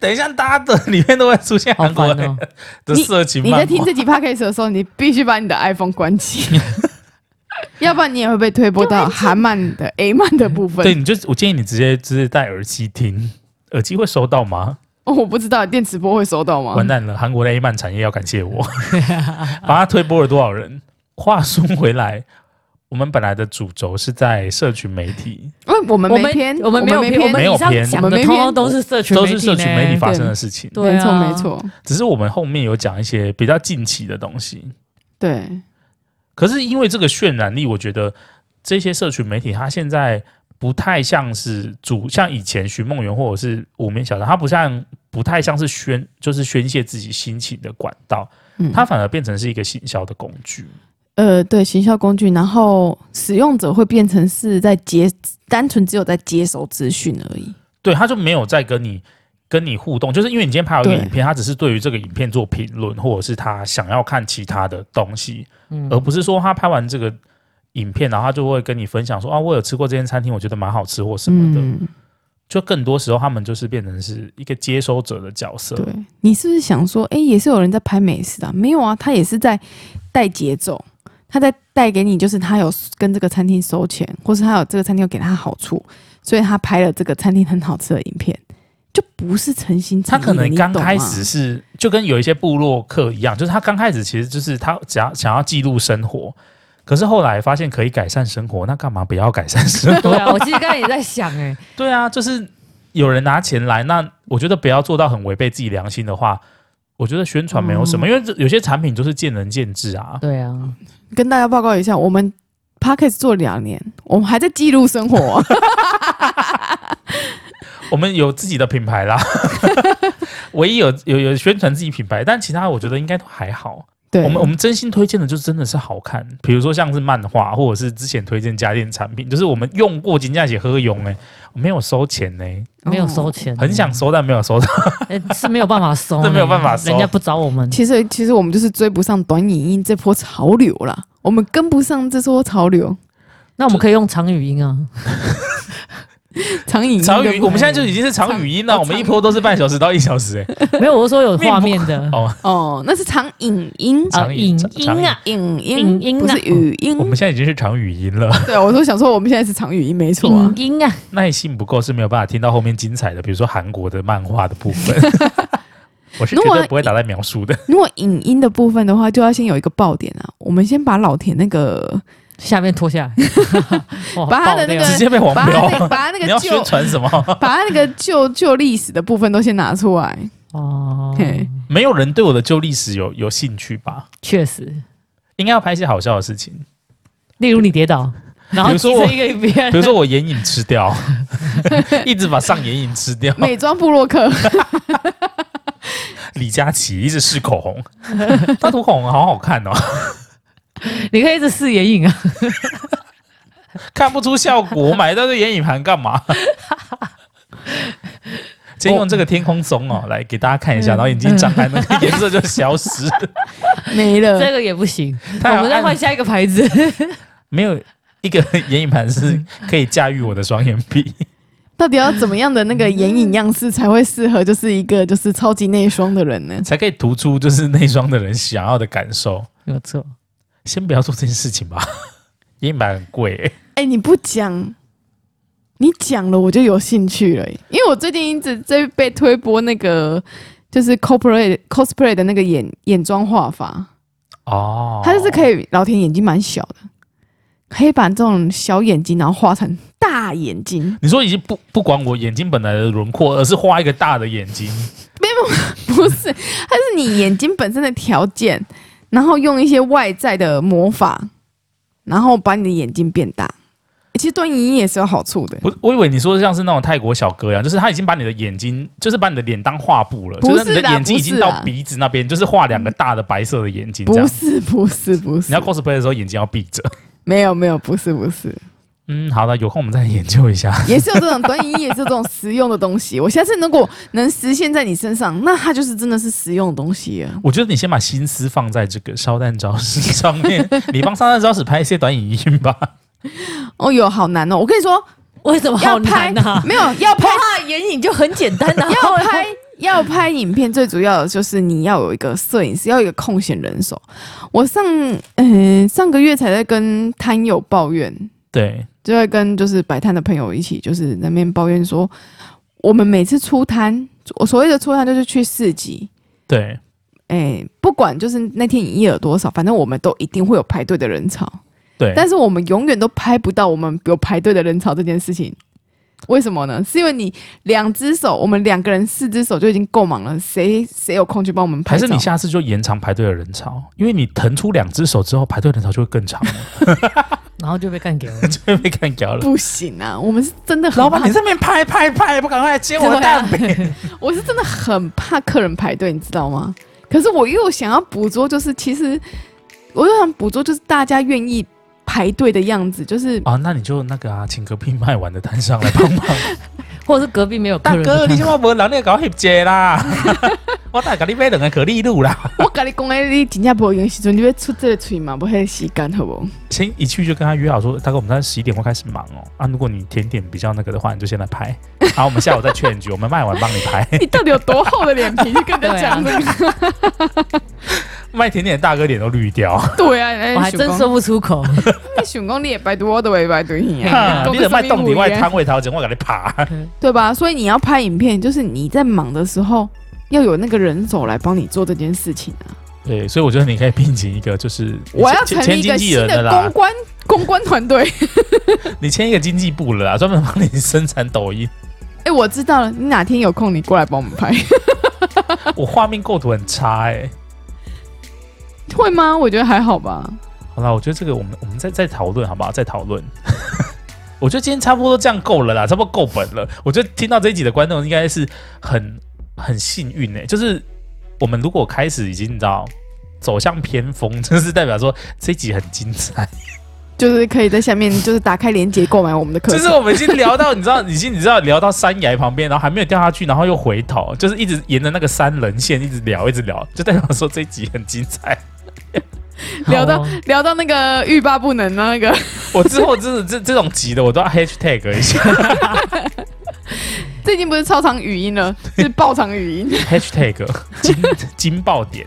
[SPEAKER 1] 等一下，大家的里面都会出现
[SPEAKER 2] 好
[SPEAKER 1] 韩国
[SPEAKER 2] 烦
[SPEAKER 1] 人
[SPEAKER 2] 哦、
[SPEAKER 1] 的色情
[SPEAKER 3] 你
[SPEAKER 1] 漫
[SPEAKER 3] 在听
[SPEAKER 1] 画。
[SPEAKER 3] 这集 podcast 的时候，你必须把你的 iPhone 关机， 要不然你也会被推播到韩漫的 A 漫的部分
[SPEAKER 1] 对，。你就我建议你直接直接戴耳机听，耳机会收到吗？
[SPEAKER 3] 哦，我不知道电磁波会收
[SPEAKER 2] 啊
[SPEAKER 3] 到吗？
[SPEAKER 1] 完蛋了，韩国的 A 漫产业要感谢我， 把它推播了多少人？话说回来，我们本来的主轴是在社群媒体，
[SPEAKER 3] 因哦为我们没偏，
[SPEAKER 2] 我们没有
[SPEAKER 3] 偏，
[SPEAKER 2] 我们
[SPEAKER 1] 没有
[SPEAKER 2] 以上
[SPEAKER 1] 偏
[SPEAKER 2] 讲
[SPEAKER 3] 我
[SPEAKER 2] 的
[SPEAKER 3] 们没
[SPEAKER 2] 通
[SPEAKER 3] 偏
[SPEAKER 2] 通都是社群
[SPEAKER 1] 都
[SPEAKER 2] 媒
[SPEAKER 1] 是
[SPEAKER 2] 体
[SPEAKER 1] 社群媒体
[SPEAKER 2] 呢
[SPEAKER 1] 发生的事情。
[SPEAKER 2] 对
[SPEAKER 3] 没错
[SPEAKER 2] 啊
[SPEAKER 3] 没错，
[SPEAKER 1] 只是我们后面有讲一些比较近期的东西，
[SPEAKER 3] 对，
[SPEAKER 1] 可是因为这个渲染力，我觉得这些社群媒体它现在不太像是主，像以前徐梦圆或者是无名小站，它不像不太像是宣，就是宣泄自己心情的管道，
[SPEAKER 3] 嗯，
[SPEAKER 1] 它反而变成是一个行销的工具。
[SPEAKER 3] 呃，对，行销工具，然后使用者会变成是在接，单纯只有在接收资讯而已。
[SPEAKER 1] 对，它就没有再跟你跟你互动，就是因为你今天拍了一个
[SPEAKER 3] 对
[SPEAKER 1] 影片，它只是对于这个影片做评论，或者是他想要看其他的东西，
[SPEAKER 2] 嗯
[SPEAKER 1] 而不是说他拍完这个影片，然后他就会跟你分享说啊，我有吃过这间餐厅，我觉得蛮好吃或什么的。
[SPEAKER 3] 嗯，
[SPEAKER 1] 就更多时候他们就是变成是一个接收者的角色
[SPEAKER 3] 对。，你是不是想说，哎、也是有人在拍美食啊？没有啊，他也是在带节奏，他在带给你，就是他有跟这个餐厅收钱，或是他有这个餐厅有给他好处，所以他拍了这个餐厅很好吃的影片，就不是诚心诚
[SPEAKER 1] 他
[SPEAKER 3] 意的。
[SPEAKER 1] 可能
[SPEAKER 3] 你
[SPEAKER 1] 刚
[SPEAKER 3] 懂啊
[SPEAKER 1] 开
[SPEAKER 3] 吗
[SPEAKER 1] 始是就跟有一些部落客一样，就是他刚开始其实就是他只要想要记录生活，可是后来发现可以改善生活，那干嘛不要改善生活？
[SPEAKER 2] 对啊，我其实刚才也在想、欸，
[SPEAKER 1] 对啊，就是有人拿钱来，那我觉得不要做到很违背自己良心的话，我觉得宣传没有
[SPEAKER 3] 嗯
[SPEAKER 1] 什么，因为这有些产品就是见仁见智啊。
[SPEAKER 2] 对啊，
[SPEAKER 3] 跟大家报告一下，我们 podcast 做两年，我们还在记录生活、啊
[SPEAKER 1] 我们有自己的品牌啦， 唯一有有有宣传自己品牌，但其他我觉得应该都还好。
[SPEAKER 3] 对，
[SPEAKER 1] 我们我们真心推荐的就真的是好看，比如说像是漫画，或者是之前推荐家电产品，就是我们用过金价写喝用哎、我没有收钱呢、
[SPEAKER 3] 哦
[SPEAKER 2] 没有收钱、
[SPEAKER 1] 很想收但没有收到。
[SPEAKER 2] 欸是没有办法收、欸，
[SPEAKER 1] 这没有办法收
[SPEAKER 2] 人家不找我们。
[SPEAKER 3] 其实，其实我们就是追不上短影音这波潮流啦，我们跟不上这波潮流。
[SPEAKER 2] 那我们可以用长语音啊，
[SPEAKER 3] 长 影音的
[SPEAKER 1] 长语，我
[SPEAKER 3] 部分
[SPEAKER 1] 们现在就已经是长语音了，
[SPEAKER 3] 长
[SPEAKER 1] 我们一波都是半小时到一小时 哎、
[SPEAKER 2] 没有，我是说有画面的
[SPEAKER 1] 不
[SPEAKER 3] 哦，那是长影音，
[SPEAKER 2] 啊，
[SPEAKER 1] 长语
[SPEAKER 2] 影
[SPEAKER 1] 长
[SPEAKER 2] 音
[SPEAKER 1] 长语
[SPEAKER 2] 啊，
[SPEAKER 3] 影音
[SPEAKER 2] 影音啊
[SPEAKER 3] 不是语音
[SPEAKER 1] 哦我。们现在已经是长语音了，
[SPEAKER 3] 对，啊我都想说我们现在是长语音，没错、啊
[SPEAKER 2] 影。音啊，
[SPEAKER 1] 耐心不够是没有办法听到后面精彩的，比如说韩国的漫画的部 分。我是绝
[SPEAKER 3] 如
[SPEAKER 1] 对
[SPEAKER 3] 果
[SPEAKER 1] 不会打在描述的，
[SPEAKER 3] 如果影音的部分的话，就要先有一个爆点啊。我们先把老田那个，下
[SPEAKER 2] 下面脱下 来，哇
[SPEAKER 3] 把他
[SPEAKER 2] 爆料
[SPEAKER 3] 的那个
[SPEAKER 1] 直接被黄
[SPEAKER 3] 把他那
[SPEAKER 1] 标。
[SPEAKER 3] 把他那
[SPEAKER 1] 你
[SPEAKER 3] 个
[SPEAKER 1] 要
[SPEAKER 3] 旧
[SPEAKER 1] 宣，传什么？
[SPEAKER 3] 把他那个旧旧历史的部分都先拿出来。
[SPEAKER 2] 哦，
[SPEAKER 3] 嘿，
[SPEAKER 1] 没有人对我的旧历史有有兴趣吧？
[SPEAKER 2] 确实，
[SPEAKER 1] 应该要拍一些好笑的事情，
[SPEAKER 2] 例如你跌倒，然后
[SPEAKER 1] 比如说
[SPEAKER 2] 急
[SPEAKER 1] 我
[SPEAKER 2] 着一个别 人，
[SPEAKER 1] 比如说我眼影吃 掉，一直把上眼影吃掉，
[SPEAKER 3] 美妆部落 客，
[SPEAKER 1] 李佳琦一直试口红，他涂口红好好看哦，
[SPEAKER 2] 你可以一直试眼影啊，
[SPEAKER 1] 看不出效果，我买到这眼影盘干 嘛？今天用这个天空棕哦，来给大家看
[SPEAKER 2] 嗯
[SPEAKER 1] 一下，然后眼睛张开，那个颜色就消失 了。
[SPEAKER 3] 没
[SPEAKER 2] 这
[SPEAKER 3] 了。
[SPEAKER 2] 个也不行。
[SPEAKER 1] 他还
[SPEAKER 2] 我们再
[SPEAKER 1] 按
[SPEAKER 2] 换下一个牌子，
[SPEAKER 1] 没有一个眼影盘 是可以驾驭我的双眼皮，
[SPEAKER 3] 到底要怎么样的那个眼影样式才会适合，就是一个就是超级内双的人呢？
[SPEAKER 1] 才可以突出就是那双的人想要的感受。
[SPEAKER 2] 没有错。
[SPEAKER 1] 先不要做这件事情吧，眼影盘很贵、欸，
[SPEAKER 3] 哎、你不讲，你讲了我就有兴趣了、因为我最近一直在被推播那个就是 cosplay cosplay 的那个眼眼妆画法，
[SPEAKER 1] 哦，
[SPEAKER 3] 它就是可以，老田眼睛蛮小的，可以把这种小眼睛然后画成大眼 睛，
[SPEAKER 1] 你说已经不不管我眼睛本来的轮廓，而是画一个大的眼睛，
[SPEAKER 3] 不是，它是你眼睛本身的条件，然后用一些外在的魔法，然后把你的眼睛变大。欸其实对你也是有好处的，
[SPEAKER 1] 我我以为你说像是那种泰国小哥一样，就是他已经把你的眼睛，就是把你的脸当画布了，
[SPEAKER 3] 不
[SPEAKER 1] 就
[SPEAKER 3] 是
[SPEAKER 1] 是你的
[SPEAKER 3] 啦
[SPEAKER 1] 眼睛已
[SPEAKER 3] 不
[SPEAKER 1] 经
[SPEAKER 3] 是啦
[SPEAKER 1] 到鼻子那边，就是画两个大的白色的眼睛这
[SPEAKER 3] 不
[SPEAKER 1] 样。
[SPEAKER 3] 是不是不
[SPEAKER 1] 你
[SPEAKER 3] 是
[SPEAKER 1] 要，cosplay 的时候眼睛要闭着。
[SPEAKER 3] 没有没有不是不是，
[SPEAKER 1] 嗯，好的，有空我们再研究一下。
[SPEAKER 3] 也是有这种短影音，也是有这种实用的东西。我下次如果能实现在你身上，那它就是真的是实用的东西了。
[SPEAKER 1] 我觉得你先把心思放在这个烧蛋招式上 面，你帮烧蛋招式拍一些短影音吧。
[SPEAKER 3] 哦哟，好难哦！我跟你说，
[SPEAKER 2] 为什么好
[SPEAKER 3] 要拍
[SPEAKER 2] 难啊？
[SPEAKER 3] 没有要拍
[SPEAKER 2] 画眼影就很简单 的，
[SPEAKER 3] 要 拍要拍影片，最主要的就是你要有一个摄影师，要有一个空闲人手。我上嗯、上个月才在跟摊友抱怨，
[SPEAKER 1] 对，
[SPEAKER 3] 就在跟就是摆摊的朋友一起，就是那边抱怨说，我们每次出摊，我所谓的出摊就是去市集。
[SPEAKER 1] 对，
[SPEAKER 3] 哎、不管就是那天营业额多少，反正我们都一定会有排队的人潮，
[SPEAKER 1] 对。
[SPEAKER 3] 但是我们永远都拍不到我们有排队的人潮这件事情。为什么呢？是因为你两只手，我们两个人四只手就已经够忙了，谁谁有空去帮我们拍
[SPEAKER 1] 还
[SPEAKER 3] 照？
[SPEAKER 1] 是你下次就延长排队的人潮，因为你腾出两只手之后，排队人潮就会更长，
[SPEAKER 2] 然后就被干掉了。
[SPEAKER 1] 就会被干掉了。
[SPEAKER 3] 不行啊！我们是真的很
[SPEAKER 1] 老
[SPEAKER 3] 怕啊
[SPEAKER 1] 板，你这边拍拍拍，不赶快来接我的蛋饼？
[SPEAKER 3] 我是真的很怕客人排队，你知道吗？可是我又想要捕捉，就是其实我又想捕捉，就是大家愿意排队的样子，就是
[SPEAKER 1] 啊，那你就那个啊，请隔壁卖完的摊商来 帮忙。
[SPEAKER 2] 或者是隔壁没有客
[SPEAKER 1] 大
[SPEAKER 2] 人，
[SPEAKER 1] 哥，你今晚无人，你搞黑姐啦！ 我大概你买两个可丽露啦。
[SPEAKER 3] 我跟你讲，哎，你真正无用的时阵，你要出这个嘴嘛，无迄个时间，好不好？
[SPEAKER 1] 先一去就跟他约好说，大哥，我们大概十一点会开始忙哦。啊，如果你甜点比较那个的话，你就先来拍。好，我们下午再劝局，我们卖完帮你 拍。
[SPEAKER 3] 你到底有多厚的脸皮去跟人家讲这个？
[SPEAKER 1] 卖甜点的大哥脸都绿 掉，
[SPEAKER 3] 对啊，哎
[SPEAKER 2] 我还真说不出口。
[SPEAKER 3] 你想讲你也排队，我都会排队去 啊
[SPEAKER 1] 你得卖冻顶外摊位头前，我给你爬。
[SPEAKER 3] 对吧？所以你要拍影片，就是你在忙的时候，要有那个人手来帮你做这件事情啊！
[SPEAKER 1] 对，所以我觉得你可以聘请一个，就是
[SPEAKER 3] 我要
[SPEAKER 1] 签
[SPEAKER 3] 成
[SPEAKER 1] 签
[SPEAKER 3] 立一
[SPEAKER 1] 经
[SPEAKER 3] 个
[SPEAKER 1] 纪
[SPEAKER 3] 新
[SPEAKER 1] 人的
[SPEAKER 3] 的
[SPEAKER 1] 啦
[SPEAKER 3] 公，关公关团队。
[SPEAKER 1] 你签一个经纪部了啦，专门帮你生产抖音。
[SPEAKER 3] 哎，我知道了，你哪天有空你过来帮我们拍，
[SPEAKER 1] 我画面构图很差哎、
[SPEAKER 3] 会吗？我觉得还好吧。
[SPEAKER 1] 好啦，我觉得这个我们我们再再讨论好不好？再讨论。 我觉得今天差不多这样够了啦，差不多够本了。我觉得听到这一集的观众应该是很很幸运哎、就是我们如果开始已经你知道走向偏锋，就是代表说这一集很精彩。
[SPEAKER 3] 就是可以在下面就是打开链接购买我们的课
[SPEAKER 1] 就
[SPEAKER 3] 程，
[SPEAKER 1] 是我们已经聊到，你知道，已经你知道聊到山崖旁边，然后还没有掉下去，然后又回头，就是一直沿着那个山棱线一直聊，一直聊，就代表说这一集很精彩。
[SPEAKER 3] 聊到
[SPEAKER 2] 好哦
[SPEAKER 3] 聊到那个欲罢不能的啊那个。
[SPEAKER 1] 我之后这这这种集的，我都要 hashtag 一下
[SPEAKER 3] 最近不是超长语 音了，是爆长语音。
[SPEAKER 1] ，hashtag 金金爆点。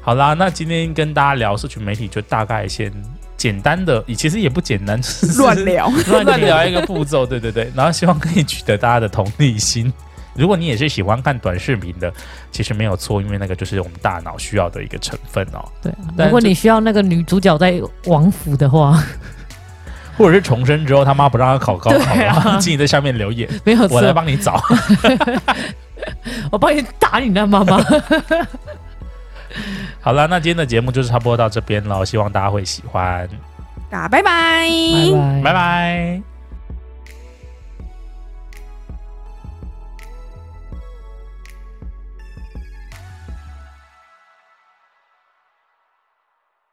[SPEAKER 1] 好啦，那今天跟大家聊社群媒体，就大概先简单的，其实也不简单，就是
[SPEAKER 3] 乱聊。
[SPEAKER 1] 乱聊一个步骤，对对对，然后希望可以取得大家的同理心。如果你也是喜欢看短视频的，其实没有错，因为那个就是我们大脑需要的一个成分哦，
[SPEAKER 2] 对啊，
[SPEAKER 1] 但
[SPEAKER 2] 如果
[SPEAKER 1] 就
[SPEAKER 2] 你需要那个女主角在王府的话，
[SPEAKER 1] 或者是重生之后他妈不让他考高考，
[SPEAKER 2] 对
[SPEAKER 1] 然
[SPEAKER 2] 啊
[SPEAKER 1] 后请你在下面留 言，
[SPEAKER 2] 没有错
[SPEAKER 1] 我，来帮你找。
[SPEAKER 2] 我帮你打你那妈妈。
[SPEAKER 1] 好啦，那今天的节目就是差不多到这边了，希望大家会喜欢，
[SPEAKER 3] 大家拜拜
[SPEAKER 2] 拜拜
[SPEAKER 1] 拜拜。